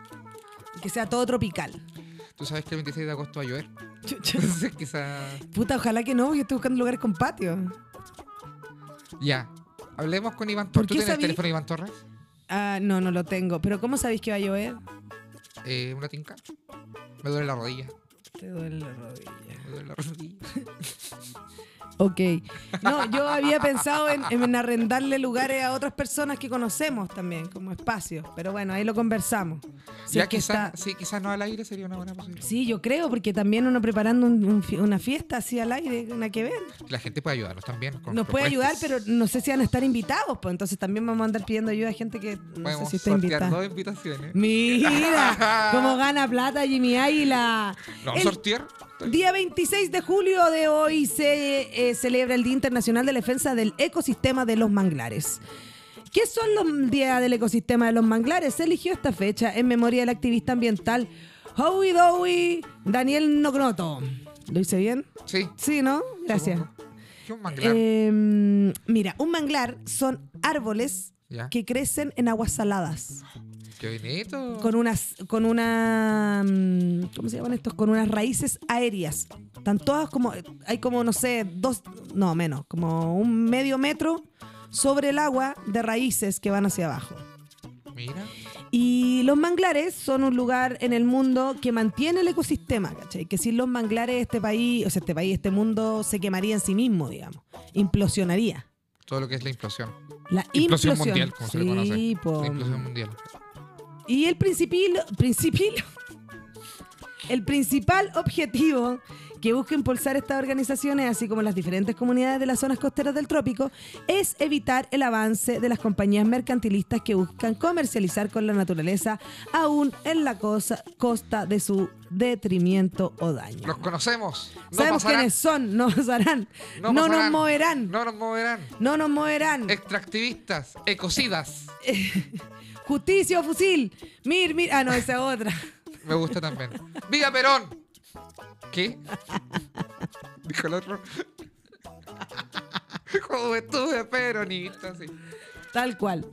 Que sea todo tropical.
Tú sabes que el 26 de agosto va a llover.
Chucha.
Entonces quizás...
Puta, ojalá que no, yo estoy buscando lugares con patio.
Ya. Hablemos con Iván
¿Por
Torres. ¿Tú
qué
tienes el
sabí-
teléfono de Iván Torres?
Ah, no, no lo tengo. Pero ¿cómo sabéis que va a llover?
Eh, una tinca. Me duele la rodilla.
Te duele la rodilla.
Me duele la rodilla.
Ok. No, yo había pensado en, en arrendarle lugares a otras personas que conocemos también, como espacios. Pero bueno, ahí lo conversamos. Si
ya
es que está-
quizás sí, quizás no al aire sería una buena posibilidad.
Sí, yo creo, porque también uno preparando un- un fi- una fiesta así al aire, una que ver.
La gente puede ayudarnos también. con
Nos puede ayudar,
propuestas.
pero no sé si van a estar invitados, pues entonces también vamos a andar pidiendo ayuda a gente que no
Podemos
sé si está
sortear
invitada.
dos invitaciones.
Mira, cómo gana plata Jimmy Águila.
No,
El
sortear.
Día 26 de julio de hoy se eh, celebra el Día Internacional de la Defensa del Ecosistema de los Manglares. ¿Qué son los días del ecosistema de los manglares? Se eligió esta fecha en memoria del activista ambiental Howie Dowie, Daniel Nocnoto. ¿Lo hice bien?
Sí.
Sí, ¿no? Gracias.
supongo. ¿Qué un manglar?
Em, mira, un manglar son árboles
ya.
que crecen en aguas saladas.
Qué bonito.
Con unas, con una, mm, ¿cómo se llaman estos? Con unas raíces aéreas. Están todas como, hay como, no sé, dos, no, menos, como un medio metro sobre el agua de raíces que van hacia abajo.
Mira.
Y los manglares son un lugar en el mundo que mantiene el ecosistema, ¿cachai? Que sin los manglares este país, o sea, este país, este mundo se quemaría en sí mismo, digamos. Implosionaría.
Todo lo que es la implosión.
La
Implosión,
implosión.
mundial, como se le
Sí,
conoce.
po.
La implosión mundial.
Y el principil, principil, el principal objetivo que busca impulsar estas organizaciones, así como las diferentes comunidades de las zonas costeras del trópico, es evitar el avance de las compañías mercantilistas que buscan comercializar con la naturaleza aún en la cosa- costa de su detrimento o daño.
Los conocemos. No
Sabemos
pasarán.
quiénes son, no pasarán, no,
No,
nos
pasarán.
moverán, no,
No nos moverán.
nos moverán.
Extractivistas. Ecocidas.
Justicia o fusil, mir, mir, ah no, esa es otra.
Me gusta también. ¡Viva Perón! ¿Qué? Dijo el otro. Juventud peronista, sí.
Tal cual.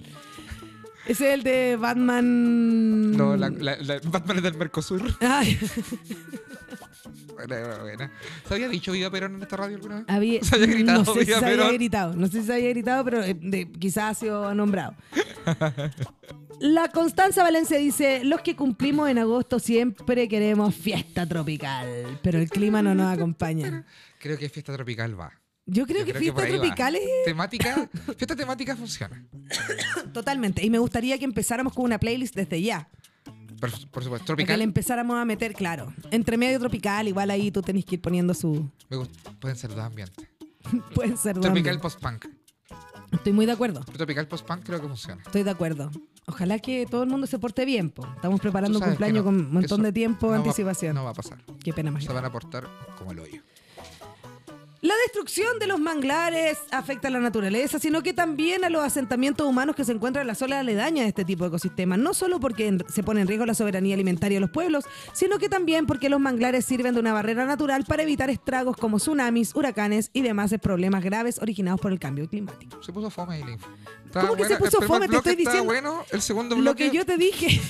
Ese es el de Batman.
No, la, la- la- Batman es del Mercosur.
Ay,
Buena, buena, buena. ¿Se había dicho Viva Perón en esta radio alguna vez?
había,
Se había gritado,
no sé si
había
se había
Perón.
gritado. No sé si se había gritado, pero eh, de- quizás ha sido nombrado. La Constanza Valencia dice: Los que cumplimos en agosto siempre queremos fiesta tropical, pero el clima no nos acompaña.
Creo que Fiesta Tropical va.
Yo creo
Yo
que
creo que
fiesta
por ahí va.
tropical es
Temática, fiesta temática funciona.
totalmente. Y me gustaría que empezáramos con una playlist desde ya.
Por, por supuesto,
Para Que
tropical.
le empezáramos a meter, claro. Entre medio tropical, igual ahí tú tenés que ir poniendo su.
Me gusta. Pueden ser dos ambientes.
Pueden ser dos
Tropical
em- ambientes.
post-punk.
Estoy muy de acuerdo.
Tropical post-punk creo que funciona.
Estoy de acuerdo. Ojalá que todo el mundo se porte bien, po. Estamos
Tú
preparando un
sabes que
cumpleaños
no,
con un montón
eso
de tiempo,
no va-
anticipación.
no va a pasar.
Qué pena más.
Se
grande.
van a portar como el hoyo.
La destrucción de los manglares afecta a la naturaleza, sino que también a los asentamientos humanos que se encuentran en las zonas aledañas de este tipo de ecosistemas. No solo porque en- se pone en riesgo la soberanía alimentaria de los pueblos, sino que también porque los manglares sirven de una barrera natural para evitar estragos como tsunamis, huracanes y demás problemas graves originados por el cambio climático.
Se puso fome ahí la info.
¿Cómo que se
buena,
puso
el primer
fome? Te
bloque
estoy
estaba
diciendo
bueno, el segundo
Lo
bloque,
que yo te dije.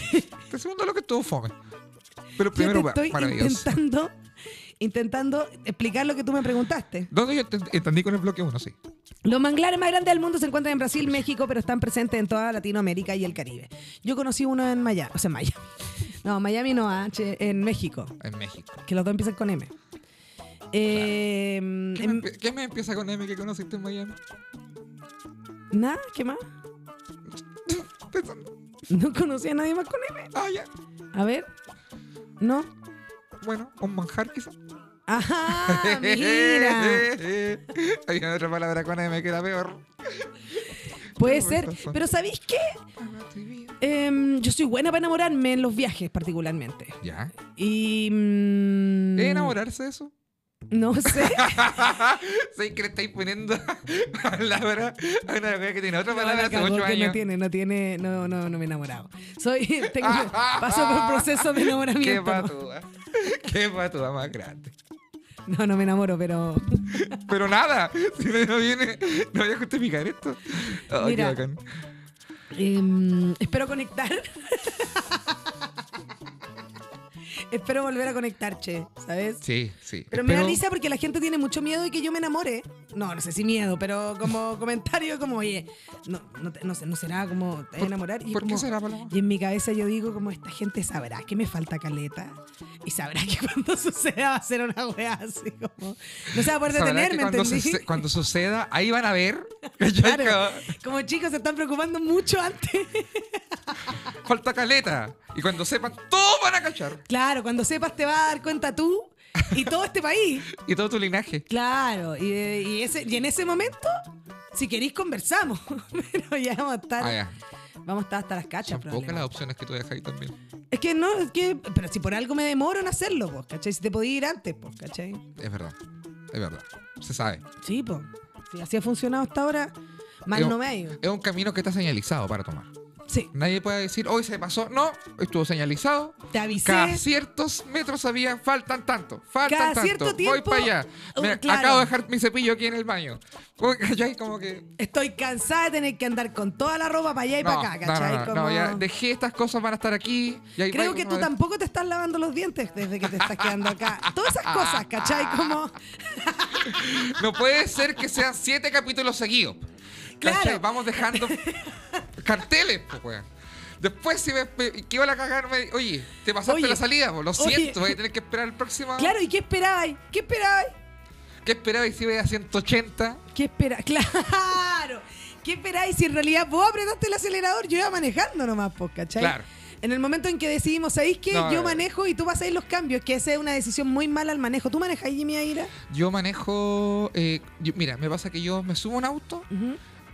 el segundo bloque estuvo fome. Pero
Yo
el primero
te estoy
fue maravilloso.
intentando, intentando explicar lo que tú me preguntaste.
¿Dónde yo ent- entendí con el bloque uno? Sí.
Los manglares más grandes del mundo se encuentran en Brasil, México, pero están presentes en toda Latinoamérica y el Caribe. Yo conocí uno en Miami, o sea, en Miami. No, Miami no, ah, che, en México,
En México.
que los dos empiezan con M. Eh,
¿Qué,
em,
me, empie- qué me empieza con M que conociste en Miami?
Nada, ¿qué más?
Pensando.
No conocí a nadie más con M.
Ah, ya.
A ver. ¿No?
Bueno, un manjar quizá.
¡Ajá! Ah, ¡Mira!
Hay una otra palabra con M que era peor.
Puede ser. Pero ¿sabéis qué? Em, yo soy buena para enamorarme en los viajes, particularmente.
¿Ya?
Y. mm,
¿Es enamorarse de eso?
No sé.
Sé que le estáis poniendo palabra a una wea que tiene otra
No,
palabra
la
hace
cagó,
ocho
que no
años.
tiene, no tiene, no, no, no me he enamorado. Soy, tengo, paso por un proceso de
Qué
enamoramiento.
patúa. Qué patúa más grande.
No, no me enamoro, pero
Pero nada, si no no viene, no voy a justificar esto. Ay,
Mira.
qué bacán.
em, espero conectar. espero volver a conectar, che, ¿sabes?
Sí, sí.
Pero me da risa porque la gente tiene mucho miedo de que yo me enamore. No, no sé si miedo, pero como comentario, como, oye, no, no, te- no sé, no será como te vas a enamorar. Y
¿Por
como-
qué será, Paloma?
Y en mi cabeza yo digo como esta gente sabrá que me falta caleta y sabrá que cuando suceda va a ser una weá así como... No se va a poder
Sabrá que
detener, ¿me
cuando,
entendí?
suce- cuando suceda, ahí van a ver. ¿cachai?
Claro, como chicos se están preocupando mucho antes.
Falta caleta. Y cuando sepan, todos van a cachar.
Claro, cuando sepas te vas a dar cuenta tú y todo este país.
Y todo tu linaje.
Claro, y, y ese, y en ese momento, si queréis conversamos, pero ya vamos a estar,
Ah, ya.
vamos a estar hasta las cachas.
Son pocas las
probablemente.
opciones que tú dejas ahí también.
Es que no, es que, pero si por algo me demoro en hacerlo, pues, ¿cachai? Si te podía ir antes, pues, ¿cachai?
Es verdad. Es verdad. Se sabe.
Sí, pues. Si así ha funcionado hasta ahora, mal
Es un-
no me ha ido.
Es un camino que está señalizado para tomar.
Sí.
Nadie puede decir, hoy se pasó. No, estuvo señalizado.
Te avisé.
Cada ciertos metros había, faltan tanto, faltan
Cada
tanto.
cierto
Voy
tiempo-
para allá.
Uh,
Mira,
claro.
Acabo de dejar mi cepillo aquí en el baño. Como que- ¿cachai? Como que.
Estoy cansada de tener que andar con toda la ropa para allá y
no,
para acá,
no, no,
¿cachai?
no,
Como-
no, ya dejé estas cosas, van a estar aquí. y ahí
Creo
voy,
que tú
como de-
tampoco te estás lavando los dientes desde que te estás quedando acá. Todas esas cosas, ¿cachai? Como,
No puede ser que sean siete capítulos seguidos.
Claro.
¿Cachai? Vamos dejando carteles, pues, weón. Después, si me, me- que iba a cagarme, oye, te pasaste
Oye,
la salida, po, lo
oye.
siento, voy a tener que esperar el próximo.
claro, ¿y qué esperabais? ¿Qué esperabais?
¿Qué esperabais si iba a 180?
¿Qué esperabais? Claro. ¿Qué esperáis si en realidad vos apretaste el acelerador? Yo iba manejando nomás, po, ¿cachai?
Claro.
En el momento en que decidimos, ¿sabéis qué?
No,
yo
eh.
manejo y tú vas a ir los cambios, que esa es una decisión muy mala al manejo. ¿Tú manejas, Jimmy Aira?
Yo manejo. eh, yo- mira, me pasa que yo me subo a un auto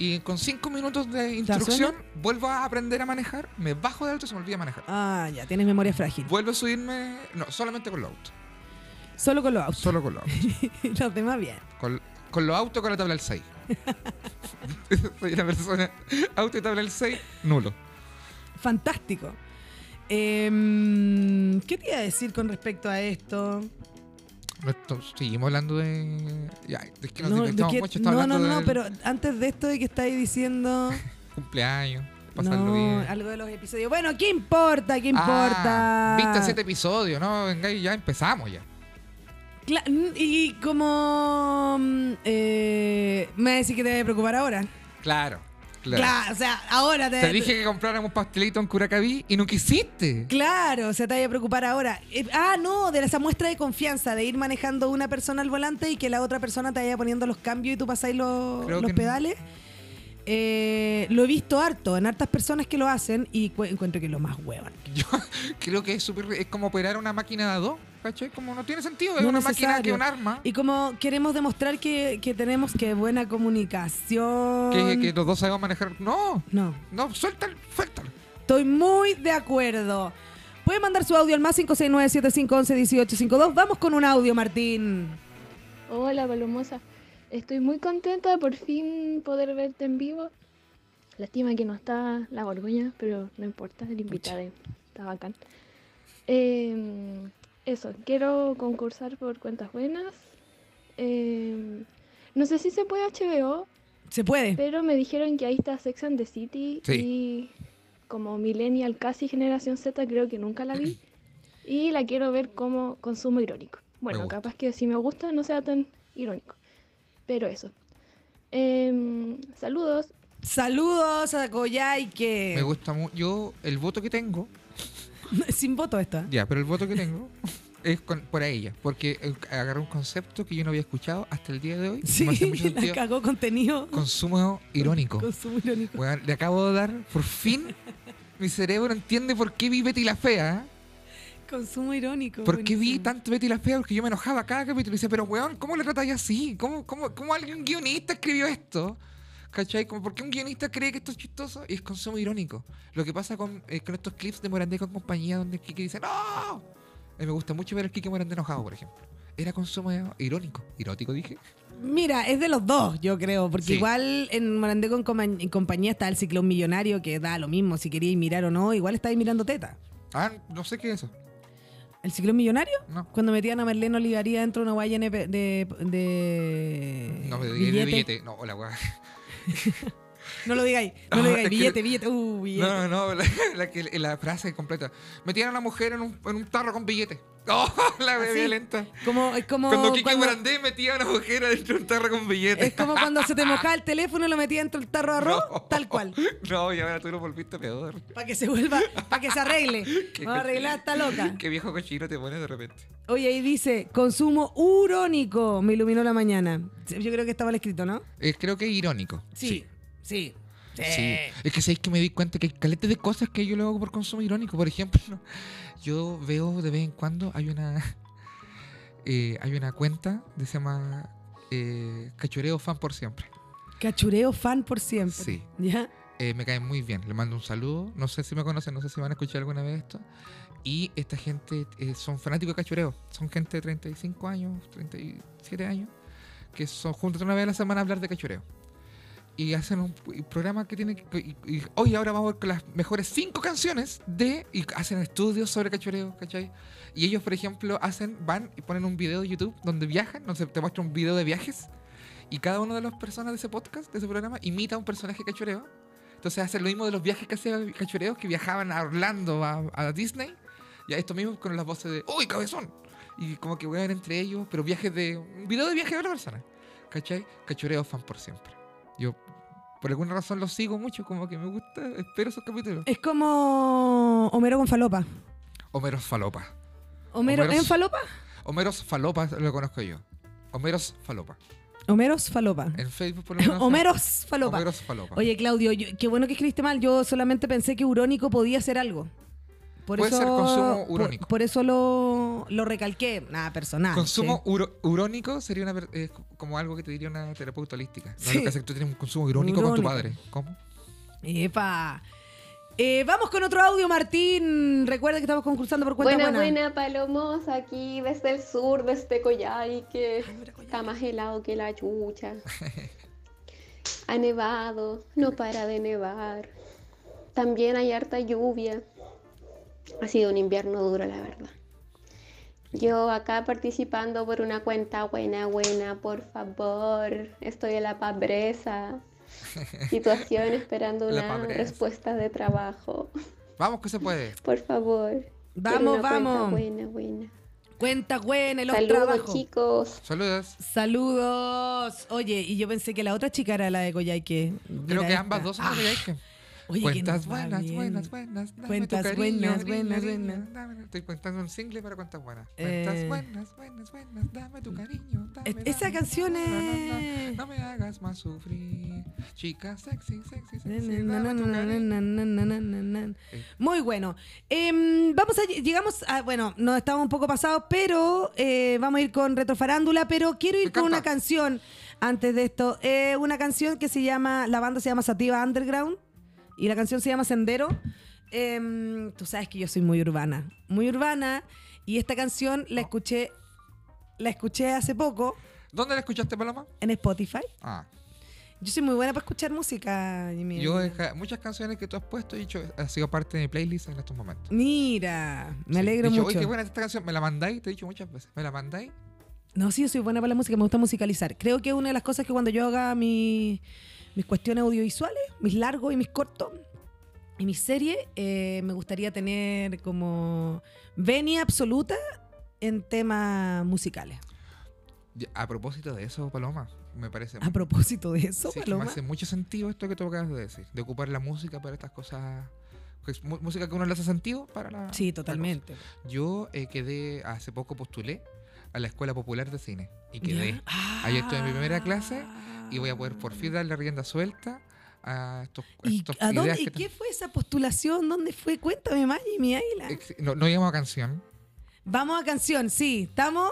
y con cinco minutos de instrucción vuelvo a aprender a manejar, me bajo del auto y se me olvida manejar.
Ah, ya, tienes memoria frágil.
Vuelvo a subirme. No, solamente con los autos.
Solo con los autos.
Solo con los autos.
los demás bien.
Con, con los autos con la tabla del 6. Soy una persona. Auto y tabla del 6, nulo.
Fantástico. Em, ¿Qué te iba a decir con respecto a esto?
Esto- seguimos hablando de. Ya, es que nos
No, de
divertimos
que-
mucho. estaba
no, no,
hablando
no,
del
pero antes de esto de que estáis diciendo
Cumpleaños, pasarlo
no,
bien.
algo de los episodios. Bueno, ¿qué importa? ¿Qué importa?
Ah, Viste siete episodios, ¿no? Venga, y ya empezamos ya.
Cla- n- y como mm, eh, me vas a decir que te debe preocupar ahora.
Claro, claro.
Claro, o sea, ahora te,
Te dije que compráramos pastelito en Curacaví y no quisiste.
Claro, o sea, te debe preocupar ahora. Eh, ah, no, de esa muestra de confianza, de ir manejando una persona al volante y que la otra persona te vaya poniendo los cambios y tú pasáis los,
Creo
los
que no.
pedales. Eh, lo he visto harto en hartas personas que lo hacen y cu- encuentro que es lo más hueón.
Yo creo que es súper. Es como operar una máquina de a dos, ¿cachai? Como no tiene sentido. Es
No
una máquina
necesario.
que es un arma.
Y como queremos demostrar que, que tenemos que buena comunicación.
Que, que los dos sabemos manejar. No,
No,
no, suéltalo, suéltalo.
estoy muy de acuerdo. Puede mandar su audio al más 569-7511-1852. Vamos con un audio, Martín.
Hola, Palomosa. Estoy muy contenta de por fin poder verte en vivo. Lástima que no está la Borgoña, pero no importa, el invitado está bacán. Eh, eso, quiero concursar por cuentas buenas. Eh, no sé si se puede HBO,
Se puede.
pero me dijeron que ahí está Sex and the City
Sí.
y como Millennial, casi Generación Z, creo que nunca la vi. Y la quiero ver como consumo irónico. Bueno,
gusta.
capaz que si me gusta no sea tan irónico. Pero eso. Em, saludos.
Saludos a Coyhaique.
Me gusta mucho. Yo, el voto que tengo.
Sin voto esto. ¿eh?
Ya, pero el voto que tengo. Es con- por ella, porque eh, agarré un concepto que yo no había escuchado hasta el día de hoy. me hace mucho
Sí, la
sentido.
cagó contenido.
Consumo irónico.
Consumo irónico.
Weón, le acabo de dar, por fin, mi cerebro entiende por qué vi Betty la Fea. ¿eh?
Consumo irónico.
¿Por qué vi
buenísimo.
tanto Betty la Fea? Porque yo me enojaba cada capítulo y decía, pero weón, ¿cómo le tratáis así? ¿Cómo, cómo, cómo alguien guionista escribió esto? ¿Cachai? Como, ¿Por qué un guionista cree que esto es chistoso? Y es consumo irónico. Lo que pasa con, eh, con estos clips de Morandé con compañía donde el Kike dice, ¡No! Eh, me gusta mucho ver al Kike Morandé enojado, por ejemplo. Era consumo irónico. Irótico, dije.
Mira, es de los dos, yo creo, porque
Sí.
igual en Morandé con coma- en compañía está el ciclón millonario que da lo mismo si queríais mirar o no, igual estáis mirando teta.
Ah, no sé qué es eso.
¿El ciclón millonario?
No.
Cuando metían a Marlene Olivaría dentro de una guaya de, de, de
No, de
billete.
billete. billete. No, hola, weón.
No lo digáis, no
No,
lo
es
digáis.
que-
Billete, billete, uh, billete.
No, no, no, la, la que- la frase completa. Metían a la mujer en un, en un tarro con billetes. ¡Oh, la wea
Así.
violenta!
Como, es como
Cuando Kiki
cuando-
Morandé metía a una mujer adentro de un tarro con billetes.
Es como cuando se te mojaba el teléfono y lo metía dentro del tarro de arroz, tal cual.
No, y ahora tú lo volviste peor.
Para que se vuelva, para que se arregle. Vamos a arreglar esta loca.
Qué viejo cochino te pones de repente.
Oye, ahí dice, consumo urónico, me iluminó la mañana. Yo creo que estaba el escrito, ¿no?
Eh, creo que es irónico.
Sí, sí. Sí.
Sí. Es que sabéis que me di cuenta que hay caleta de cosas que yo lo hago por consumo irónico. Por ejemplo, yo veo de vez en cuando hay una eh, hay una cuenta que se llama eh, Cachureo Fan por siempre.
Cachureo fan por siempre.
Sí.
¿Ya?
Eh, me caen muy bien. Le mando un saludo. No sé si me conocen, no sé si van a escuchar alguna vez esto. Y esta gente eh, son fanáticos de cachureo. Son gente de 35 años, 37 años, que son juntos una vez a la semana a hablar de cachureo. y hacen un p- programa que tiene que. y- y hoy ahora vamos a ver con las mejores cinco canciones de. Y hacen estudios sobre cachureo, ¿cachai? Y ellos, por ejemplo, hacen, van y ponen un video de YouTube donde viajan, donde te muestra un video de viajes. Y cada una de las personas de ese podcast, de ese programa, imita a un personaje cachureo. Entonces hacen lo mismo de los viajes que hacían cachureos que viajaban a Orlando, a, a Disney. Y a esto mismo con las voces de ¡Uy, cabezón! Y como que juegan entre ellos, pero viajes de. Un video de viaje de otra persona. ¿Cachai? Cachureo fan por siempre. Yo, por alguna razón, los sigo mucho, como que me gusta, espero esos capítulos.
Es como Homero con falopa.
Homeros Falopa.
Homero,
Homeros-
¿en falopa?
Homeros Falopa lo conozco yo. Homeros Falopa.
Homeros falopa.
En Facebook, por lo menos.
Homeros falopa.
Homeros Falopa.
Oye, Claudio, yo- qué bueno que escribiste mal. Yo solamente pensé que urónico podía ser algo. Por
Puede
eso,
ser consumo
por-
urónico.
Por, eso lo, lo recalqué. Nada personal.
Consumo
sí.
uro- urónico sería una, ver- eh, como algo que te diría una terapeuta holística. No
Sí.
lo que hace que tú tienes un consumo irónico con tu
Urónico.
padre. ¿Cómo?
Epa. Eh, vamos con otro audio, Martín. Recuerda que estamos concursando por cuenta
buena,
buena.
buena, Palomos, aquí desde el sur, desde Coyhai, que está más helado que la chucha. Ha nevado, no para de nevar. También hay harta lluvia. Ha sido un invierno duro, la verdad. Yo acá participando por una cuenta buena, buena, por favor. Estoy en la pabreza. Situación esperando
La
una
pabreza.
respuesta de trabajo.
Vamos que se puede.
Por favor.
Vamos,
Quiero una cuenta
vamos.
Buena, buena.
Cuenta buena, los
Saludos,
trabajos.
chicos.
Saludos.
Saludos. Oye, y yo pensé que la otra chica era la de Coyhaique.
Creo
Era
que
esta.
ambas dos son
Ah,
lo que hay que-
oye, que
Cuentas
nos va
buenas,
bien.
buenas, buenas, dame tu
Cuentas
cariño,
buenas,
niña,
buenas,
niña,
buenas.
dame- Estoy contando un single para cuentas buenas. Cuentas
Eh.
buenas, buenas, buenas, dame tu cariño. Dame,
Es- esa
dame,
canción
dame, dame,
es-
dame, No me hagas más sufrir. Chica sexy, sexy,
Na,
sexy.
na,
dame
na,
tu
na,
cariño.
na, na, na, na, na, na.
¿eh? Sí.
Muy bueno. Em, vamos a, llegamos a, bueno, nos estábamos un poco pasados, pero eh, vamos a ir con retrofarándula, pero quiero ir
Me
con una
encanta.
canción antes de esto. Eh, una canción que se llama, la banda se llama Sativa Underground y la canción se llama Sendero. Em, tú sabes que yo soy muy urbana, muy urbana y esta canción la escuché, la escuché hace poco
¿Dónde la escuchaste, Paloma?
en Spotify.
Ah,
Yo soy muy buena para escuchar música, Jimmy.
yo he ca- muchas canciones que tú has puesto y hecho, ha sido parte de mi playlist en estos momentos.
Mira, me
Sí.
alegro
He dicho, "Oye,
mucho.
qué buena esta canción. Me la mandáis, te he dicho muchas veces. Me la mandáis.
No, sí, yo soy buena para la música, me gusta musicalizar. Creo que una de las cosas que cuando yo haga mi- mis cuestiones audiovisuales, mis largos y mis cortos, y mis series, eh, me gustaría tener como venia absoluta en temas musicales.
Y A propósito de eso, Paloma, me parece
A propósito de eso,
Sí, que
Paloma.
me hace mucho sentido esto que tú acabas de decir, de ocupar la música para estas cosas, que es mu- música que uno le hace sentido para la...
Sí,
la cosa.
totalmente.
Yo eh, quedé, hace poco postulé a la Escuela Popular de Cine y quedé.
¿Ya? Ah.
Ayer estuve en mi primera clase Y voy a poder por fin darle rienda suelta a estos...
¿Y
estos
a dónde,
ideas
y
que-
qué fue esa postulación? ¿Dónde fue? Cuéntame más, mi águila.
Ex- No, no llamamos a canción.
Vamos a canción, sí, ¿estamos?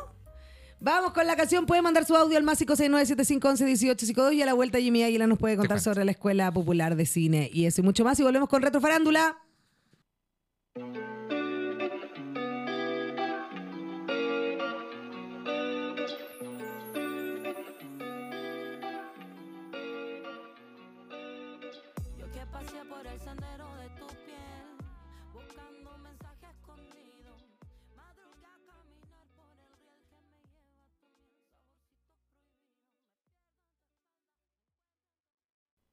Vamos con la canción, puede mandar su audio al más 569-7511-1852 y a la vuelta Jimmy Águila nos puede contar
cuento.
sobre la Escuela Popular de Cine y eso y mucho más y volvemos con Retro Farándula.
Yo que pasé por el sendero de tu piel, buscando un mensaje escondido. Madruga a caminar por el riel que me lleva a tu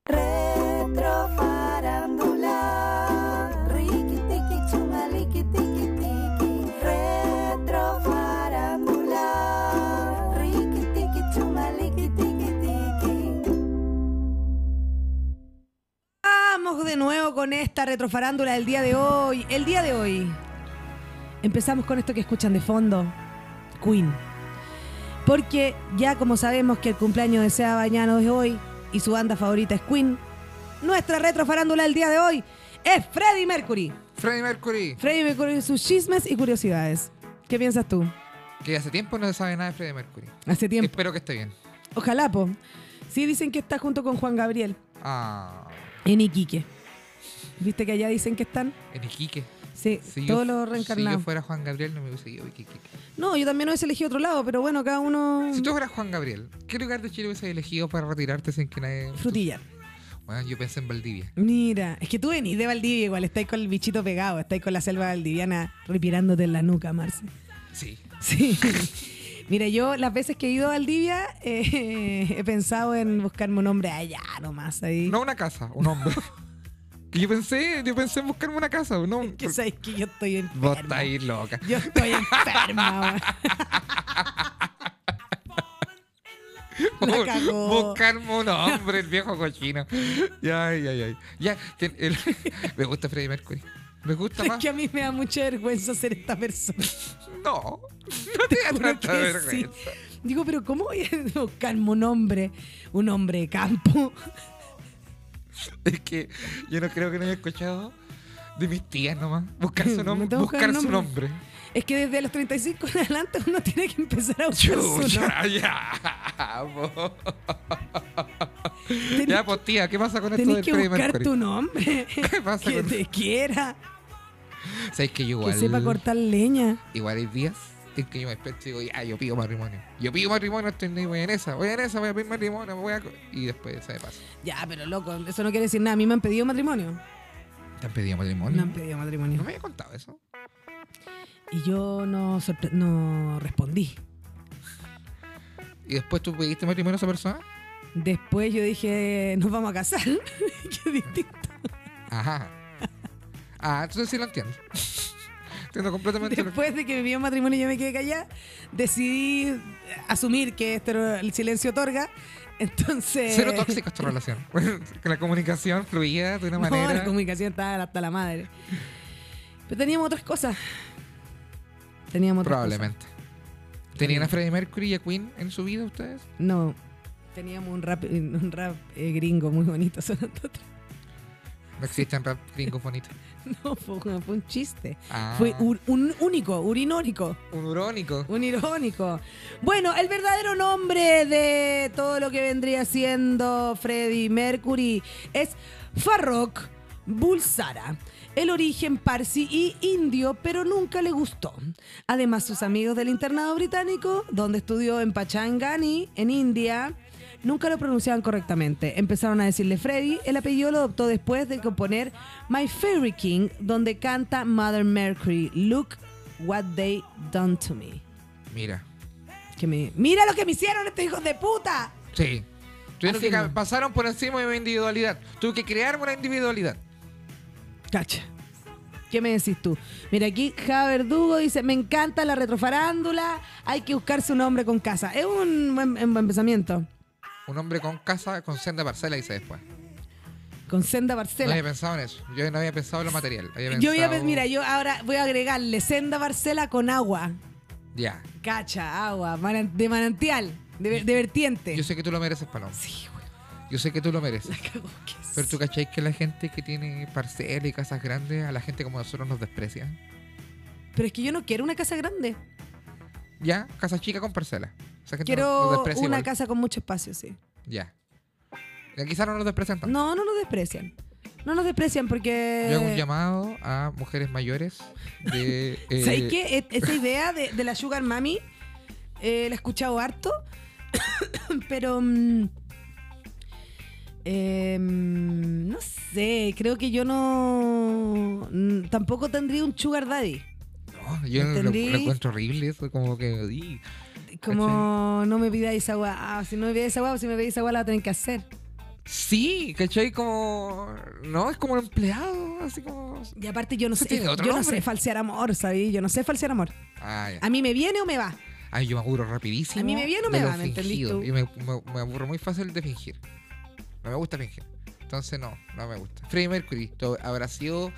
Retro farándula, riqui tiki chuma, riqui tiki tiki. Retro farándula, riqui tiki chuma, riqui tiki tiki.
Vamos de nuevo con esta Retro Farándula del día de hoy. El día de hoy empezamos con esto que escuchan de fondo, Queen. Porque ya como sabemos que el cumpleaños de Sea Bañano es hoy y su banda favorita es Queen, nuestra Retro Farándula del día de hoy es Freddie Mercury.
Freddie Mercury,
Freddy Mercury, sus chismes y curiosidades. ¿Qué piensas tú?
que hace tiempo no se sabe nada de Freddie Mercury.
Hace tiempo.
Espero que esté bien.
Ojalá, po. Sí, dicen que está junto con Juan Gabriel
Ah,
en Iquique. ¿Viste que allá dicen que están?
en Iquique.
Sí,
Si yo-
todos los
Si
reencarnados.
yo fuera Juan Gabriel no me hubiese ido a Iquique.
no, yo también hubiese elegido otro lado, pero bueno, cada uno...
Si tú fueras Juan Gabriel, ¿qué lugar de Chile hubieses elegido para retirarte sin que nadie...
Frutilla.
Bueno, yo pensé en Valdivia.
Mira, es que tú venís de Valdivia igual, estáis con el bichito pegado, estáis con la selva valdiviana repirándote en la nuca, Marce.
Sí.
Sí. Mira, yo las veces que he ido a Valdivia eh, he pensado en buscarme un hombre allá nomás, ahí.
No una casa, un hombre. Que yo pensé, yo pensé en buscarme una casa, no. un-
Que sabes que yo estoy enferma.
Vos estáis loca.
Yo estoy enferma. weón. La cagó.
Buscarme un hombre, el viejo cochino. Ya, ay, ay, ay. Ya, que el- me gusta Freddie Mercury. Me gusta
Es
más.
que a mí me da mucha vergüenza ser esta persona.
No, no te, da
Juro
tanta
que
vergüenza.
sí. Digo, pero ¿cómo voy a buscarme un hombre? Un hombre de campo.
Es que yo no creo que no haya escuchado de mis tías nomás. Buscar su
Me
nombre.
tengo que buscar
Buscar su
Mm, nombre.
nombre.
Es que desde los 35 en adelante uno tiene que empezar a buscar su nombre.
Chucha, ya. po.
Tenés
Ya, pues tía, ¿qué pasa con esto
Tenés
del
que
Freddie
buscar
Mercury?
tu nombre.
¿Qué pasa
que
con
te quiera.
¿Sabes que yo igual?
Que sepa cortar leña.
Igual hay días en que yo me despierto y digo, ya, yo pido matrimonio. Yo pido matrimonio, estoy en voy en esa, voy en esa, voy a pedir matrimonio, voy a... co- Y después se me pasa.
Ya, pero loco, eso no quiere decir nada. A mí me han pedido matrimonio.
¿Te han pedido
Me
matrimonio?
han
No,
pedido matrimonio.
me había contado eso.
Y yo no, sorpre- no respondí.
¿Y después tú pediste matrimonio a esa persona?
Después yo dije, nos vamos a casar. Qué distinto.
Ajá. Ah, entonces sí lo entiendo. entiendo completamente lo que-
Después de que me pidió matrimonio y yo me quedé callada, decidí asumir que esto era- el silencio otorga. Entonces.
Cero tóxica esta relación. Que la comunicación fluía de una
No, la
manera...
comunicación estaba hasta la madre. Pero teníamos otras cosas. Teníamos otras
Probablemente. ¿Tenían a Freddie Mercury y a Queen en su vida ustedes?
cosas. No. Teníamos un rap, un rap eh, gringo muy bonito sonando atrás.
No existen rap gringos bonitos.
No, fue, un- fue un chiste.
Ah,
Fue un, un único, urinórico.
un urónico.
Un irónico. Bueno, el verdadero nombre de todo lo que vendría siendo Freddie Mercury es Farrokh Bulsara. El origen parsi y indio, pero nunca le gustó. Además, sus amigos del internado británico, donde estudió en Pachangani, en India, nunca lo pronunciaban correctamente. Empezaron a decirle Freddy. El apellido lo adoptó después de componer My Fairy King, donde canta Mother Mercury, Look What They Done to Me.
Mira.
Que me, mira lo que me hicieron estos hijos de puta.
Sí. Tuvieron
Así
que ca-
no.
pasaron por encima de mi individualidad. Tuve que crearme una individualidad.
Cacha. ¿Qué me decís tú? Mira, aquí Javier Verdugo dice, me encanta la retrofarándula, hay que buscarse un hombre con casa. Es un buen, un buen pensamiento.
Un hombre con casa, con senda parcela, dice después.
Con senda
No
parcela.
había pensado en eso. Yo no había pensado en lo material. Había
yo voy a,
pensado-
mira, yo ahora voy a agregarle senda parcela con agua.
Ya.
Cacha, agua, manan- de manantial, de, de vertiente.
Yo sé que tú lo mereces, Paloma.
Sí, güey,
Yo sé que tú lo mereces.
la cago que sí.
Pero tú cacháis que la gente que tiene parcelas y casas grandes, a la gente como nosotros nos desprecian.
Pero es que yo no quiero una casa grande.
Ya, casa chica con parcela. O sea, que nos,
Quiero
desprecia
una
igual.
casa con mucho espacio, sí.
Ya. Ya quizás no nos desprecian tanto.
No, eh, no nos desprecian. No nos desprecian porque...
Yo hago un llamado a mujeres mayores de. eh,
¿Sabéis qué? E- Esa idea de, de la Sugar Mami eh, la he escuchado harto, pero. mm, em, no sé, creo que yo no. mm, Tampoco tendría un Sugar Daddy.
No, yo lo, lo
¿Entendí?
encuentro horrible eso, como que. "Ih".
Como no me pidáis agua. Ah, si no me pidáis agua, si me pidáis agua la tienen que hacer.
Sí, ¿cachai? Como. No, es como un empleado, así como.
Y aparte, yo no
Eso
sé.
tiene
Yo
otro
no
nombre.
sé falsear amor, ¿sabes? Yo no sé falsear amor.
Ah, ya.
A mí me viene o me va.
Ay, yo me aburro rapidísimo.
A mí me viene o me
de lo
va, ¿me entendís
fingido.
tú?
Y me, me- me aburro muy fácil de fingir. No me gusta fingir. Entonces, no, no me gusta. Freddie Mercury, ¿to- ¿habrá sido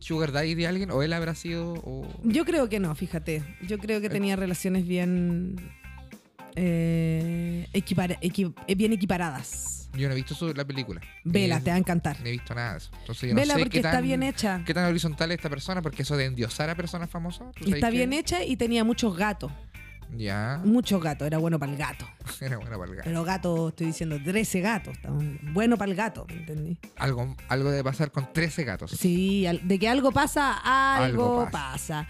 Sugar Daddy de alguien? ¿O él habrá sido.? o-
Yo creo que no, fíjate. Yo creo
Eh.
que tenía relaciones bien. eh, equipara- equi- eh, bien equiparadas.
Yo no he visto su- la película.
Vela,
Ni-
te va a encantar.
No he visto nada de eso. Entonces yo
Vela
no sé
porque
qué tan,
está bien hecha.
qué tan horizontal es esta persona, porque eso de endiosar a personas famosas. ¿tú
Está
sabes que-
bien hecha y tenía muchos gatos.
Ya.
Muchos gatos. Era bueno para el gato.
Era buena para el gato.
Pero gato, estoy diciendo 13 gatos. estamos- Bueno para el gato, ¿me ¿entendí?
Algo, algo debe pasar con 13 gatos.
Sí, al- de que algo pasa, algo,
Algo
pasa.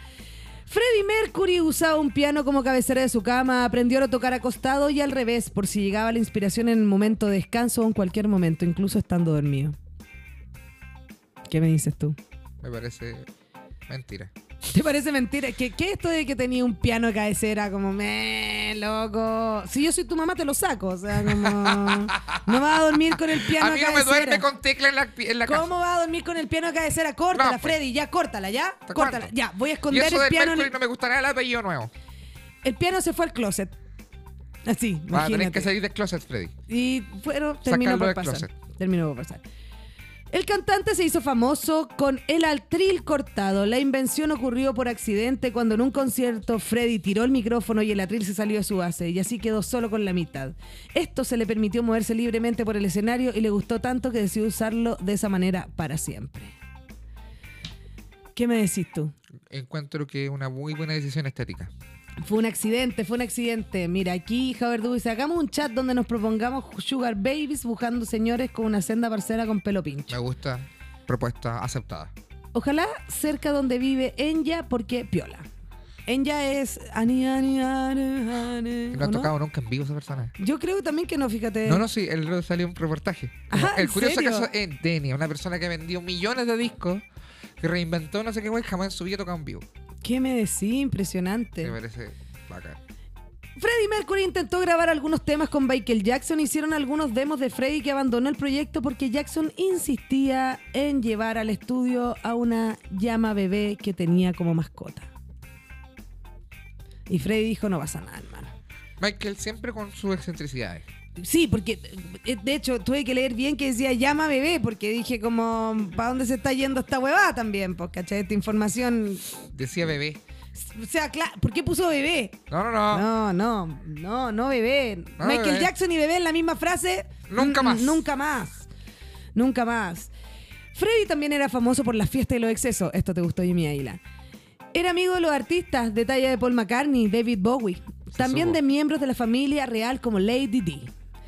Freddie Mercury usaba un piano como cabecera de su cama, aprendió a tocar acostado y al revés, por si llegaba la inspiración en el momento de descanso o en cualquier momento, incluso estando dormido. ¿Qué me dices tú?
Me parece mentira.
¿Te parece mentira? ¿Qué, qué esto de que tenía un piano de cabecera? Como, me loco. Si yo soy tu mamá, te lo saco. O sea, como. No vas a dormir con el piano
a mí
de
no me
cabecera.
duerme con tecla en la, pi- en la casa.
¿Cómo vas a dormir con el piano de cabecera? Córtala,
No, pues.
Freddy, ya, córtala, ya.
¿Hasta
Córtala,
cuándo?
ya. Voy a
Y
esconder
eso
el
del
piano. en
Mercury
el...
no me gusta nada el apellido nuevo.
el piano se fue al closet. Así,
Va a tener
imagínate.
que salir del closet, Freddy.
Y bueno, terminó
Sacarlo
por
del
pasar.
closet.
Terminó por pasar. El cantante se hizo famoso con el altril cortado. La invención ocurrió por accidente cuando en un concierto Freddy tiró el micrófono y el atril se salió de su base y así quedó solo con la mitad. Esto se le permitió moverse libremente por el escenario y le gustó tanto que decidió usarlo de esa manera para siempre. ¿Qué me decís tú?
Encuentro que es una muy buena decisión estética.
Fue un accidente, fue un accidente. Mira, aquí Javerdu dice, hagamos un chat donde nos propongamos Sugar Babies buscando señores con una senda parcera con pelo
Me
pincho.
gusta. Propuesta aceptada.
Ojalá cerca donde vive Enya porque piola. Enya es... Ani, ani, ani, ani,
No
¿o
han
no?
tocado nunca en vivo esa persona.
Yo creo también que no, fíjate.
No, no, sí, el otro salió un reportaje. Como
Ah, ¿en
el curioso
serio?
caso es Denia, una persona que vendió millones de discos, que reinventó no sé qué wey, jamás en su vida tocaba en vivo.
¿Qué me decís? Impresionante.
Me parece bacán.
Freddie Mercury intentó grabar algunos temas con Michael Jackson. Hicieron algunos demos de Freddie que abandonó el proyecto porque Jackson insistía en llevar al estudio a una llama bebé que tenía como mascota. Y Freddie dijo, no pasa nada, hermano.
Michael siempre con sus excentricidades.
Sí, porque eh, de hecho tuve que leer bien que decía llama bebé, porque dije como, ¿para dónde se está yendo esta huevada también? Pues, ¿cachai? Esta información...
Decía
Mm.
bebé.
O sea, claro, ¿por qué puso bebé?
No, no,
No,
no.
no, no, no bebé.
No,
Michael
bebé.
Jackson y bebé en la misma frase.
Nunca
Mm,
más.
Nunca más. Nunca más. Freddy también era famoso por las fiestas y los excesos. Esto te gustó, Jimmy Águila. Era amigo de los artistas de talla de Paul McCartney, David Bowie. También
supo.
de miembros de la familia real como Lady D,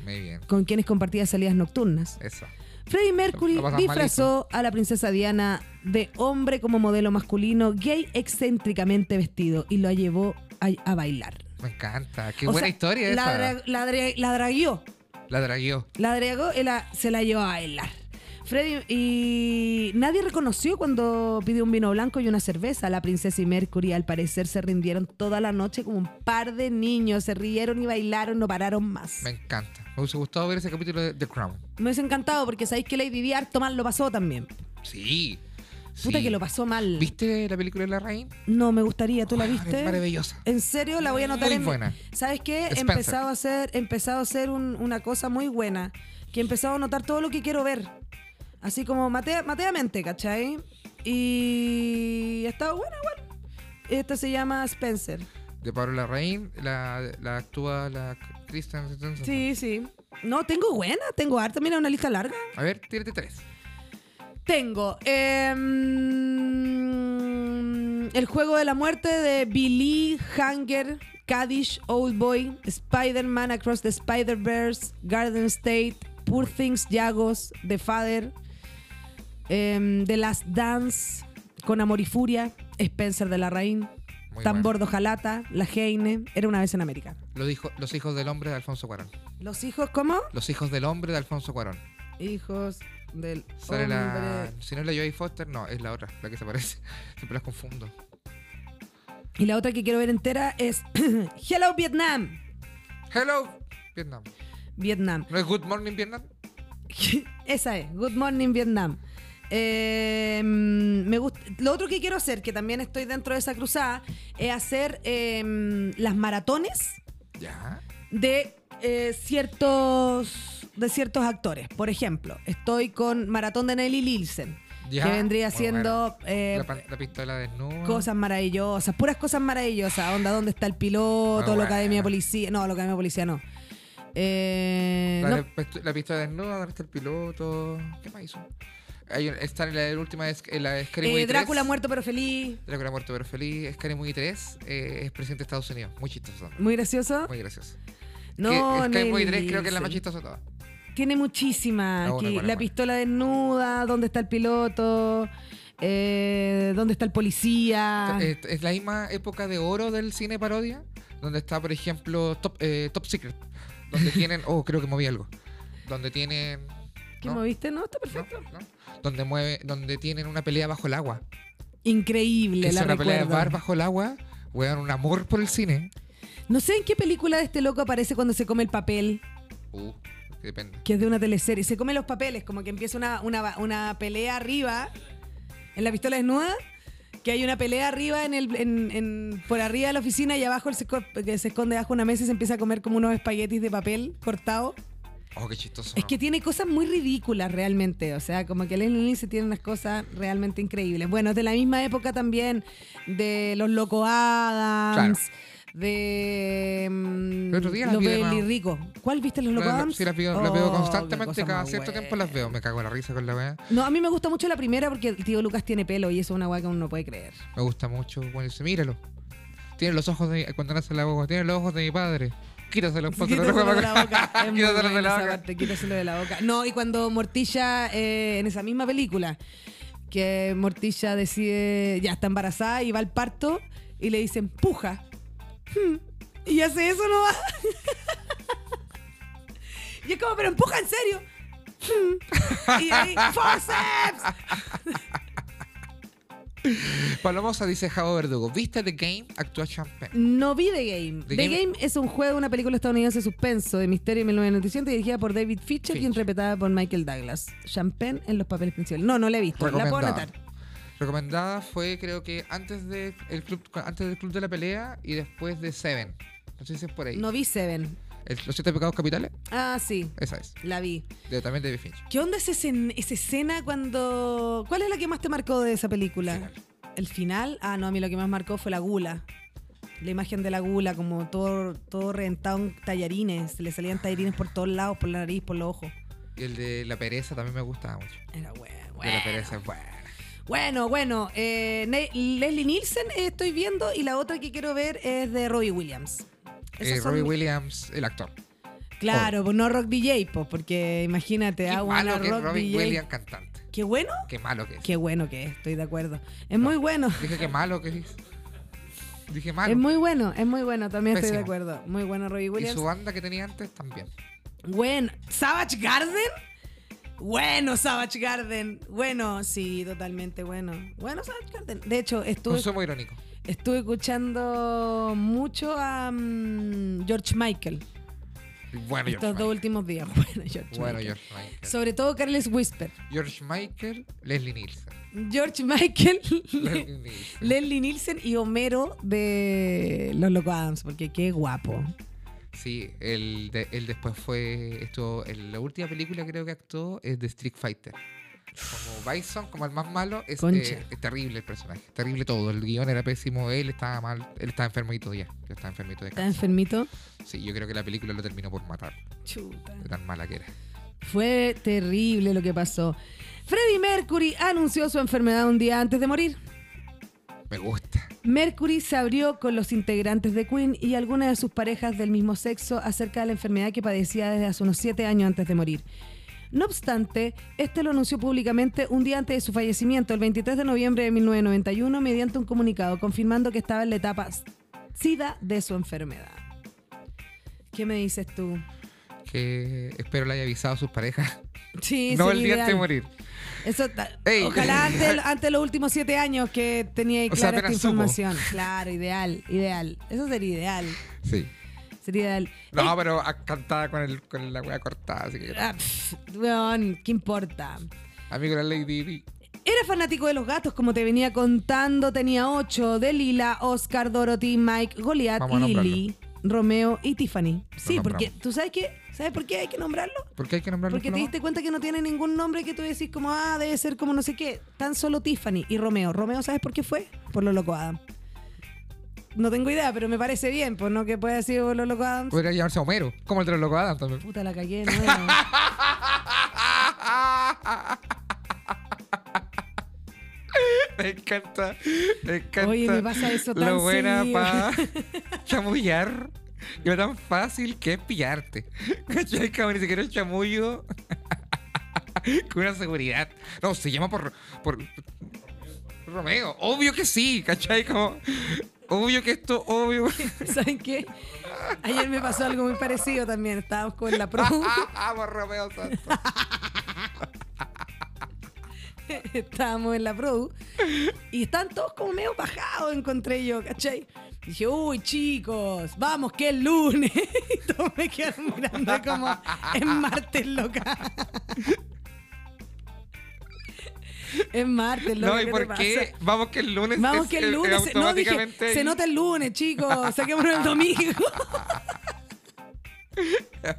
Muy bien.
con quienes compartía salidas nocturnas.
Eso.
Freddie Mercury
Lo pasas
disfrazó a la princesa Diana de hombre como modelo masculino, gay excéntricamente vestido, y lo llevó a- a bailar.
Me encanta. Qué
O
buena
sea, la,
historia esa.
dra- la, dra- la dragueó.
la dragueó.
La dragueó y la- se la llevó a bailar. Freddy, y nadie reconoció cuando pidió un vino blanco y una cerveza. La princesa y Mercury, al parecer, se rindieron toda la noche como un par de niños. Se rieron y bailaron, no pararon más.
Me encanta. Me hubiese gustado ver ese capítulo de The Crown.
Me hubiese encantado porque sabéis que Lady Di harto mal lo pasó también.
Sí.
Puta
Sí.
que lo pasó mal.
¿Viste la película de la reina?
No, me gustaría. ¿Tú la
Weón,
viste? Eh.
Es maravillosa.
En serio, la voy a anotar
Muy
en mi-
buena.
¿Sabes qué? He
Spencer.
empezado a hacer, he empezado a hacer un- una cosa muy buena. Que he empezado a anotar todo lo que quiero ver. Así como matea, mateamente, ¿cachai? Y ha estado buena, igual. Esta se llama Spencer.
De Pablo Larraín, la, la actúa la Kristen Stewart.
Sí, sí. No, tengo buena, tengo harta. Mira, una lista larga.
A ver, tírate tres.
Tengo em, El juego de la muerte de Billy Hanger, Kaddish, Old Boy, Spider-Man Across the Spider-Verse, Garden State, Poor Things, Yagos, The Father, em, The Last Dance, Con Amor y Furia, Spencer de la Rain,
Muy
Tambor de Ojalata, La Heine, Era una vez en América.
bueno. Los, hijo- los hijos del hombre de Alfonso Cuarón.
¿Los hijos cómo?
Los hijos del hombre de Alfonso Cuarón.
Hijos del
Sale la.
hombre.
Si no es la Joy Foster, no, es la otra, la que se parece. Siempre las confundo.
Y la otra que quiero ver entera es Hello Vietnam.
Hello, Vietnam.
Vietnam.
¿No es Good Morning Vietnam?
Esa es, Good Morning Vietnam. Eh, me gusta, lo otro que quiero hacer, que también estoy dentro de esa cruzada, es hacer eh, las maratones
Ya.
de eh, ciertos de ciertos actores. Por ejemplo, estoy con Maratón de Nelly Lilsen,
Ya.
que vendría
Muy
siendo eh,
buena. La, pan- la pistola desnuda.
cosas maravillosas, puras cosas maravillosas. Onda, ¿dónde está el piloto?
Ah,
la
bueno.
Academia de Policía. No, la Academia de Policía no. Eh,
La,
no,
la pistu- la pistola desnuda, ¿dónde está el piloto? ¿Qué más hizo? Hay, un- está en la última de, Sc- en la de Scary
eh,
Movie 3.
Drácula muerto pero feliz.
Drácula muerto pero feliz. Scary Movie 3 eh, es presidente de Estados Unidos. Muy chistoso. también.
Muy gracioso.
Muy gracioso.
No,
que Scary Movie
Nelly
3 creo que es la
Wilson.
más chistosa de todas.
Tiene muchísima.
Ah, bueno,
aquí.
bueno,
la
bueno.
pistola desnuda, ¿dónde está el piloto? eh, ¿Dónde está el policía?
Es, es la misma época de oro del cine parodia, donde está, por ejemplo, Top, eh, Top Secret, donde tienen, oh, creo que moví algo, donde tienen,
¿Qué
no.
moviste? No, está
¿no?
perfecto.
¿no? donde mueve, donde tienen una pelea bajo el agua,
Increíble,
es
la
una pelea de
recuerdo.
bar bajo el agua, weón, un amor por el cine,
No sé en qué película de este loco aparece cuando se come el papel,
uh, depende.
que es de una teleserie. Se come los papeles, como que empieza una, una, ba- una pelea arriba, en la pistola desnuda, que hay una pelea arriba en el, en- en- por arriba de la oficina y abajo él se, co- que se esconde bajo una mesa y se empieza a comer como unos espaguetis de papel cortado.
Oh, qué chistoso.
Es
¿no?
que tiene cosas muy ridículas realmente. O sea, como que Leslie Nielsen tiene unas cosas realmente increíbles. Bueno, es de la misma época también de los Loco Adams. De. mm,
El otro día las
los
vi de nuevo.
Rico. ¿Cuál viste los
La-
Loco
la-
Adams?
sí, las veo,
Oh,
las veo
qué
constantemente,
cosa
cada
más
cierto
buena.
tiempo las veo. Me cago en la risa con la weá.
No, a mí me gusta mucho la primera porque el tío Lucas tiene pelo y eso es una weá que uno no puede creer.
Me gusta mucho. Bueno, dice, míralo. Tiene los ojos de mi, cuando nace la boca, tiene los ojos de mi padre. Quítaselo un poco.
Quítaselo de la boca. Es muy
Quítaselo de
buena
la
esa
boca.
parte, quítaselo de la boca. No, y cuando Mortilla, eh, en esa misma película, que Mortilla decide, ya está embarazada y va al parto y le dicen, puja. Hmm. Y hace eso, no va. y es como, pero empuja en serio. Hmm. y ahí, forceps.
Palomosa dice Javo Verdugo. ¿Viste The Game? Actúa Champagne.
No vi The Game.
The
The,
Game-
Game... es un juego, una película estadounidense de suspenso de misterio de 1997 dirigida por David Fincher y
Fincher.
interpretada por Michael Douglas. Champagne en los papeles principales. No, no la he visto. Pues La puedo
Recomendada.
anotar.
Recomendada fue, creo que antes, de el club, antes del Club de la Pelea y después de Seven. No sé si es por ahí.
No vi Seven.
El- los siete pecados capitales,
Ah, sí,
esa es.
la vi.
De, también de Finch.
¿Qué onda esa, escen- esa escena cuando... ¿Cuál es la que más te marcó de esa película? ¿El final? Ah, no, a mí lo que más marcó fue la gula. La imagen de la gula, como todo, todo reventado en tallarines. Se le salían tallarines por todos lados, por la nariz, por los ojos.
Y el de La Pereza también me gustaba mucho.
Era bueno,
De La
bueno.
Pereza es buena.
Bueno, bueno, eh, Ne- Leslie Nielsen eh, estoy viendo y la otra que quiero ver es de Robbie Williams. Esas
Eh,
son-
Robbie Williams, el actor.
Claro, pues no Rock DJ, pues, porque imagínate,
Qué
hago
malo
una
que es
Rock
Robbie
DJ.
Williams cantante.
Qué bueno,
Qué malo que es.
qué bueno que es, estoy de acuerdo. Es muy bueno,
Dije que malo que es. Dije malo.
es muy bueno, es muy bueno, también estoy de
Pésimo.
acuerdo. Muy bueno Robbie
y su
Williams.
banda que tenía antes también.
Bueno, Savage Garden. Bueno, Savage Garden. Bueno, sí, totalmente bueno. Bueno, Savage Garden. De hecho, estuve
Consumo irónico.
Estuve escuchando mucho a mm, George Michael
Bueno,
estos
George
dos
Michael.
últimos días. Bueno, George
Bueno,
Michael.
George Michael.
Sobre todo Carles Whisper.
George Michael, Leslie Nielsen.
George Michael,
Leslie Nielsen.
Leslie Nielsen y Homero de Los Locos Adams, porque qué guapo.
sí, él, de- él después fue. Estuvo, en la última película creo que actuó es de Street Fighter. Como Bison, como el más malo, es,
Concha.
eh, es terrible el personaje. Terrible todo. El guión era pésimo. Él estaba mal. Él estaba enfermito ya. Yo estaba enfermito de
¿Está
cáncer.
enfermito?
Sí, yo creo que la película lo terminó por matar.
Chuta.
De tan mala que era.
Fue terrible lo que pasó. Freddie Mercury anunció su enfermedad un día antes de morir.
Me gusta.
Mercury se abrió con los integrantes de Queen y algunas de sus parejas del mismo sexo acerca de la enfermedad que padecía desde hace unos siete años antes de morir. No obstante, este lo anunció públicamente un día antes de su fallecimiento, el 23 de noviembre de 1991, mediante un comunicado confirmando que estaba en la etapa SIDA de su enfermedad. ¿Qué me dices tú?
que espero le haya avisado a sus parejas.
Sí,
no el
sería
día antes de
ideal.
morir.
Eso ta-
Ey.
Ojalá antes, antes de los últimos siete años que tenía ahí
O sea,
clara esta
apenas supo.
información. Claro, ideal, ideal. Eso sería ideal.
Sí.
Sería ideal.
No, pero a- cantaba con, el, con la wea cortada, así que.
Eh. Ah, pff, weón, ¿qué importa?
Amigo de la Lady Di.
Era fanático de los gatos, como te venía contando. Tenía ocho: de Lila, Oscar, Dorothy, Mike, Goliath,
Vamos a
Lily, Romeo y Tiffany. Sí,
nombramos.
porque tú sabes qué, ¿sabes por qué hay que nombrarlo?
¿Por qué hay que nombrarlo?
Porque te diste cuenta que no tiene ningún nombre que tú decís como, ah, debe ser como no sé qué. Tan solo Tiffany y Romeo. Romeo, ¿sabes por qué fue? Por lo loco Adam. No tengo idea, pero me parece bien, pues no que pueda decir por lo loco Adam.
Podría llamarse Homero, como el de los locos Adam también.
Puta, la cagué, de nuevo.
me encanta, me encanta.
Oye, me pasa eso tan
Lo buena
seguido.
para chamullar. Y lo tan fácil que es pillarte. ¿Cachai, cabrón? Ni siquiera el chamullo. Con una seguridad. No, se llama por. por Romeo, obvio que sí, ¿cachai? Como, obvio que esto, obvio.
¿Saben qué? Ayer me pasó algo muy parecido también. Estábamos con la promo.
Amo a Ah, Romeo Santos.
estábamos en la Produ y están todos como medio bajados, encontré yo, ¿cachai? Dije, uy, chicos, vamos, que es lunes. Y todos me quedaron mirando ahí como, es martes, loca. Es martes, loca.
No, ¿y
¿qué
por
te
qué?
pasa?
Vamos que el lunes.
Vamos,
es
que
el-
el
el
lunes. se- no, dije,
automáticamente-
se nota el lunes, chicos. Saquémonos el domingo.
Ah,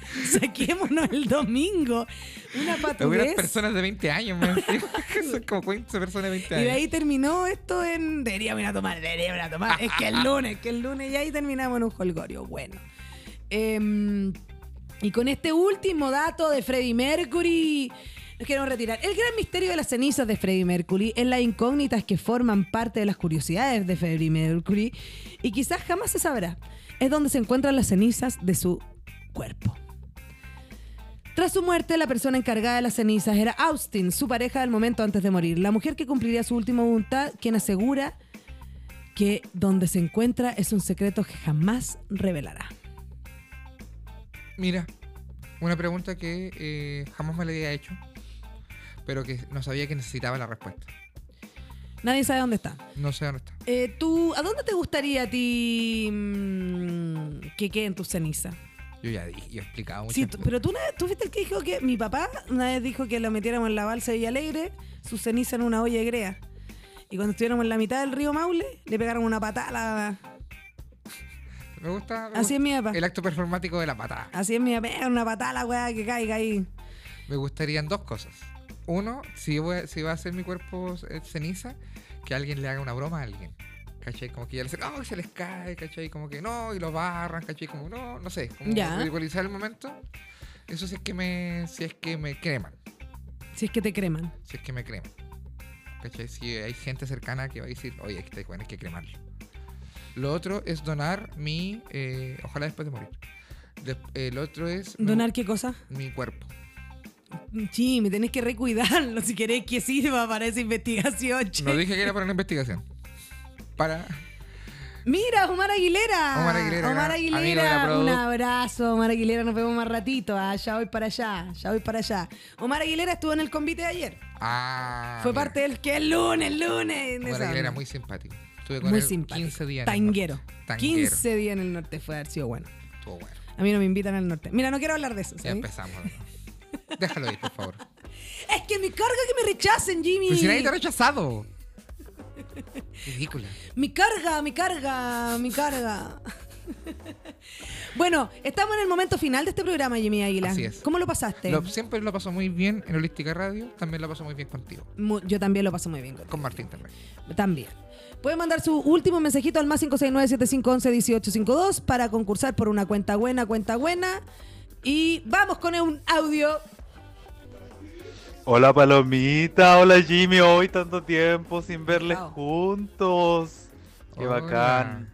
Saquémonos el domingo. Una
Hubieran
patudez.
personas de 20 años, man. Son como 15 personas de
Y
20
de
años.
ahí terminó esto en deberíamos ir a tomar, deberíamos ir a tomar. Es que el lunes, que el lunes, y ahí terminamos en un holgorio. Bueno. Em, y con este último dato de Freddie Mercury. Nos queremos retirar. El gran misterio de las cenizas de Freddie Mercury es las incógnitas que forman parte de las curiosidades de Freddie Mercury y quizás jamás se sabrá. Es donde se encuentran las cenizas de su cuerpo. Tras su muerte, la persona encargada de las cenizas era Austin, su pareja del momento antes de morir, la mujer que cumpliría su última voluntad, quien asegura que donde se encuentra es un secreto que jamás revelará.
Mira, una pregunta que eh, jamás me la había hecho, pero que no sabía que necesitaba la respuesta.
Nadie sabe dónde está.
No sé dónde está.
Eh, ¿Tú, a dónde te gustaría a ti mm, que queden tus cenizas?
Yo ya dije, yo he explicado muchas
Sí, tú-
veces.
pero tú, una vez- tú fuiste el que dijo que mi papá una vez dijo que lo metiéramos en la balsa de Villalegre, su ceniza en una olla de grea. Y cuando estuviéramos en la mitad del río Maule, le pegaron una patada. a la-
Me gusta, me
Así es
gusta
mi papá.
el acto performático de la patada.
Así es, mira, pega una patada a la weá que caiga ahí.
Me gustarían dos cosas. Uno, si, voy a- si va a ser mi cuerpo eh, ceniza, que alguien le haga una broma a alguien. ¿Cachai? Como que ya le dicen, "Ay, se les cae, ¿cachai? Como que no, y lo barran, ¿cachai? Como no, no sé, como
Ya.
ridiculizar el momento. Eso si es que me, si es que me creman,
Si es que te creman.
si es que me creman. ¿Cachai? Si hay gente cercana que va a decir, oye, este weón hay que cremarlo. Lo otro es donar mi, eh, ojalá después de morir. De- el otro es me gu-
¿Donar qué cosa?
mi cuerpo.
Sí, me tenés que recuidarlo si querés que sirva para esa investigación. che.
No dije que era para una investigación. Para.
Mira, Omar Aguilera.
Omar Aguilera,
Omar
gran
Aguilera,
amigo de la produ.
un abrazo, Omar Aguilera. Nos vemos más ratito. Ah, ya voy para allá, ya voy para allá. Omar Aguilera estuvo en el convite de ayer.
Ah.
Fue
mira.
parte del que el lunes, lunes. de
Omar
esa
Aguilera
onda.
muy simpático. Estuve con
Muy
él
simpático.
15 días. en el
Tanguero.
norte. Tanguero.
15 días en el norte fue haber sido bueno.
Estuvo bueno.
A mí no me invitan al norte. Mira, no quiero hablar de eso.
Ya
¿sabes?
empezamos. de nuevo. Déjalo ir, por favor.
Es que me carga que me rechacen, Jimmy.
Pero si nadie te ha rechazado. Ridícula.
Mi carga, mi carga, mi carga. bueno, estamos en el momento final de este programa, Jimmy Águila.
Así es.
¿Cómo lo pasaste?
Lo- siempre lo paso muy bien en Holística Radio. También lo paso muy bien contigo.
Mu- Yo también lo paso muy bien. contigo.
Con Martín también.
También. Pueden mandar su último mensajito al más 569-7511-1852 para concursar por una cuenta buena, cuenta buena. Y vamos con un audio.
Hola Palomita, hola Jimmy, hoy tanto tiempo sin verles
Wow.
juntos. Qué
Hola.
bacán.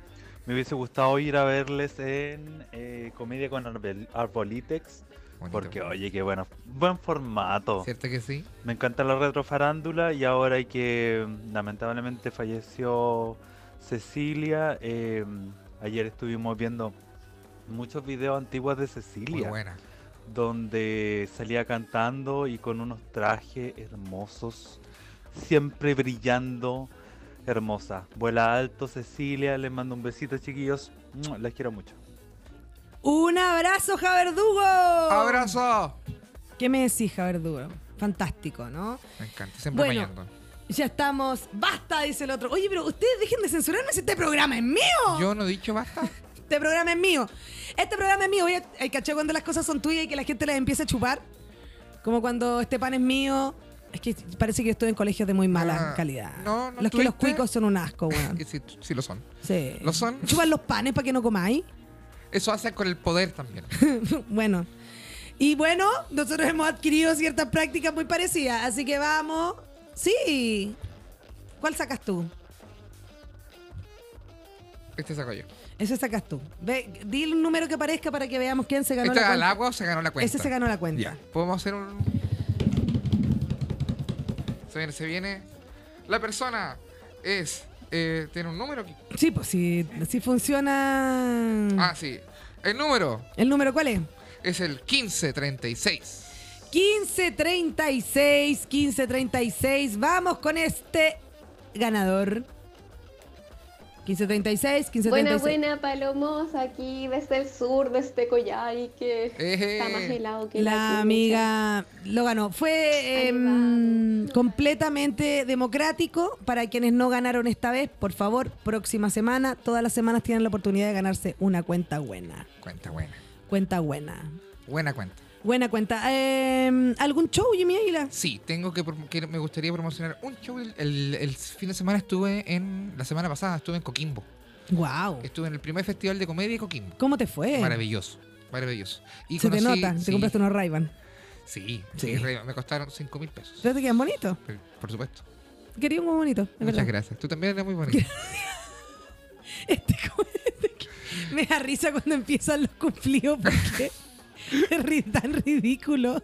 Me hubiese gustado ir a verles en eh, Comedia con Arbel- Arbolitex,
Bonito.
porque oye, qué bueno, buen formato.
¿Cierto que sí?
Me encanta la retrofarándula y ahora hay que lamentablemente falleció Cecilia, eh, ayer estuvimos viendo muchos videos antiguos de
Muy
Cecilia
buena.
donde salía cantando y con unos trajes hermosos, siempre brillando, hermosa. Vuela alto, Cecilia, les mando un besito, chiquillos. Mua, Las quiero mucho.
Un abrazo, Javerdugo.
¡Abrazo!
¿Qué me decís, Javerdugo? Fantástico, ¿no?
Me encanta. Siempre
Bueno.
mañando.
Ya estamos. Basta, dice el otro. Oye, pero ustedes dejen de censurarme si este programa es mío.
Yo no he dicho basta.
Este programa es mío. Este programa es mío. Oye, hay cachado cuando las cosas son tuyas y que la gente las empieza a chupar. Como cuando este pan es mío. Es que parece que yo estoy en colegios de muy mala
Ah,
calidad.
no, no
los que los
estuviste.
cuicos son un asco, weón.
Y sí, sí lo son.
Sí.
¿Lo son?
Chupan los panes para que no comáis.
Eso hace con el poder también.
bueno. Y bueno, nosotros hemos adquirido ciertas prácticas muy parecidas. Así que vamos. Sí. ¿Cuál sacas tú?
Este saco yo.
Ese sacas tú. Ve, di el número que aparezca para que veamos quién se ganó
¿Este
la
al
cuenta.
agua o se ganó la cuenta?
Ese se ganó la cuenta.
Ya. Podemos hacer un. Se viene, se viene. la persona es. eh, tiene un número. aquí?
Sí, pues si funciona.
Ah, sí. El número
¿El número cuál es?
es el 1536.
1536, 1536. Vamos con este ganador. 1536, 1536.
Buena, buena, Palomos, aquí desde el sur, desde Coyhai, que
Eh.
está más helado que la,
La
chucha.
amiga lo ganó. Fue em, completamente democrático para quienes no ganaron esta vez. Por favor, próxima semana, todas las semanas tienen la oportunidad de ganarse una cuenta buena.
Cuenta buena.
Cuenta buena.
Buena cuenta.
Buena cuenta. Em, ¿Algún show, Jimmy Águila?
Sí, tengo que, prom- que me gustaría promocionar un show. El, el- el fin de semana estuve en. La semana pasada estuve en Coquimbo.
Wow.
Estuve en el primer festival de comedia de Coquimbo.
¿Cómo te fue?
Maravilloso, maravilloso. Y
Se
conocí-
te nota,
sí,
te compraste unos ray
Sí,
Sí.
sí, re- me costaron 5 mil pesos.
Pero te quedan bonitos.
Pero, Por supuesto.
Quería un muy bonito. es
Muchas
verdad.
gracias. Tú también eres muy bonita.
Este como- este que- me da risa cuando empiezan los cumplidos porque es ri- tan ridículo.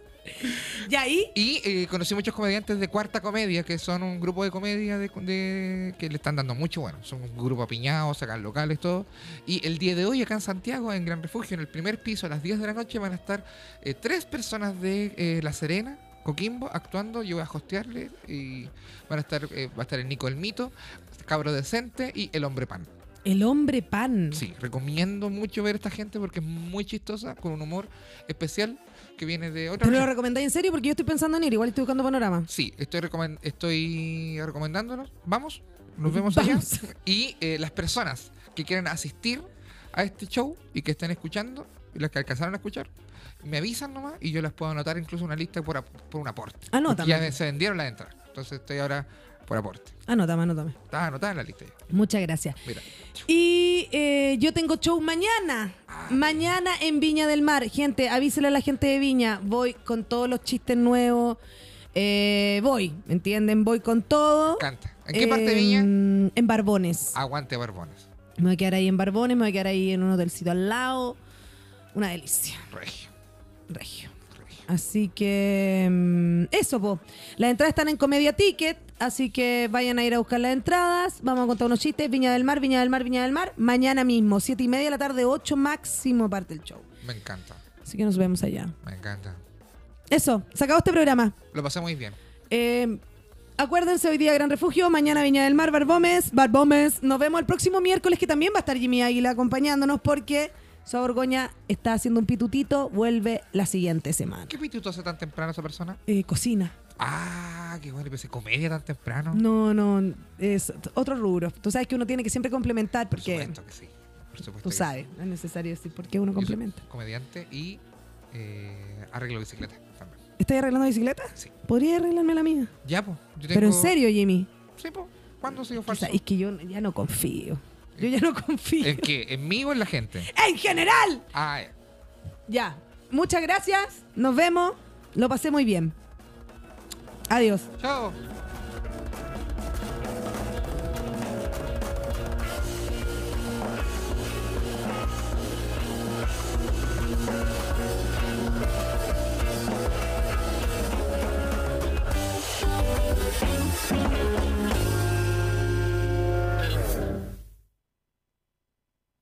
Y ahí,
Y eh, conocí muchos comediantes de Cuarta Comedia, que son un grupo de comedia de, de- que le están dando mucho. Bueno, son un grupo apiñado, sacan locales, todo. Y el día de hoy, acá en Santiago, en Gran Refugio, en el primer piso, a las 10 de la noche, van a estar eh, tres personas de eh, La Serena. Coquimbo actuando, yo voy a hostearle y van a estar, eh, va a estar el Nico el Mito, Cabro Decente y El Hombre Pan.
el hombre pan.
Sí, recomiendo mucho ver a esta gente porque es muy chistosa, con un humor especial que viene de otra
¿Tú me lo
región.
recomendáis en serio? Porque yo estoy pensando en ir, igual estoy buscando panorama.
Sí, estoy, recomen- estoy recomendándolo. Vamos, nos vemos allá.
Vamos.
Y eh, las personas que quieran asistir a este show y que estén escuchando, y las que alcanzaron a escuchar, me avisan nomás y yo las puedo anotar incluso en una lista por, ap- por un aporte.
Anótame.
Porque Ya se vendieron las entradas, entonces estoy ahora por aporte.
Anótame, anótame.
Está anotada en la lista ya.
Muchas gracias.
Mira.
Y eh, yo tengo show mañana.
Ah.
Mañana en Viña del Mar. Gente, avísele a la gente de Viña. Voy con todos los chistes nuevos. Eh, voy, ¿me entienden? Voy con todo.
Canta. ¿En qué parte de Viña? Ah.
Viña? En Barbones.
Aguante Barbones.
Me voy a quedar ahí en Barbones, me voy a quedar ahí en un hotelcito al lado. Una delicia,
Regio,
regio.
regio.
Así que mm, eso, po. Las entradas están en Comedia Ticket, así que vayan a ir a buscar las entradas. Vamos a contar unos chistes. Viña del Mar, Viña del Mar, Viña del Mar. Mañana mismo, siete y media de la tarde, 8 máximo parte el show.
Me encanta,
Así que nos vemos allá.
me encanta.
Eso, se acabó este programa.
Lo pasé muy bien.
Eh, acuérdense, hoy día Gran Refugio, mañana Viña del Mar, Barbomes, Barbomes. Nos vemos el próximo miércoles que también va a estar Jimmy Águila acompañándonos porque su Borgoña está haciendo un pitutito, vuelve la siguiente semana.
¿Qué pituto hace tan temprano esa persona?
Eh, cocina.
Ah, qué bueno, pensé comedia tan temprano.
No, no, es otro rubro. Tú sabes que uno tiene que siempre complementar
Por
porque
supuesto que sí. Por supuesto
tú
que sí.
sabes, no es necesario decir por qué uno
Yo soy
complementa.
Comediante y eh, arreglo bicicleta también.
¿Estás arreglando bicicleta?
Sí.
Podría arreglarme la mía.
Ya, pues. Yo tengo...
Pero en serio, Jimmy.
Sí, pues. ¿Cuándo se dio
O
falso?
sea, es que yo ya no confío. Yo ya no confío.
¿En qué? ¿En mí o en la gente?
¡En general!
Ah, ya.
Ya. Muchas gracias. Nos vemos. Lo pasé muy bien. Adiós.
Chao.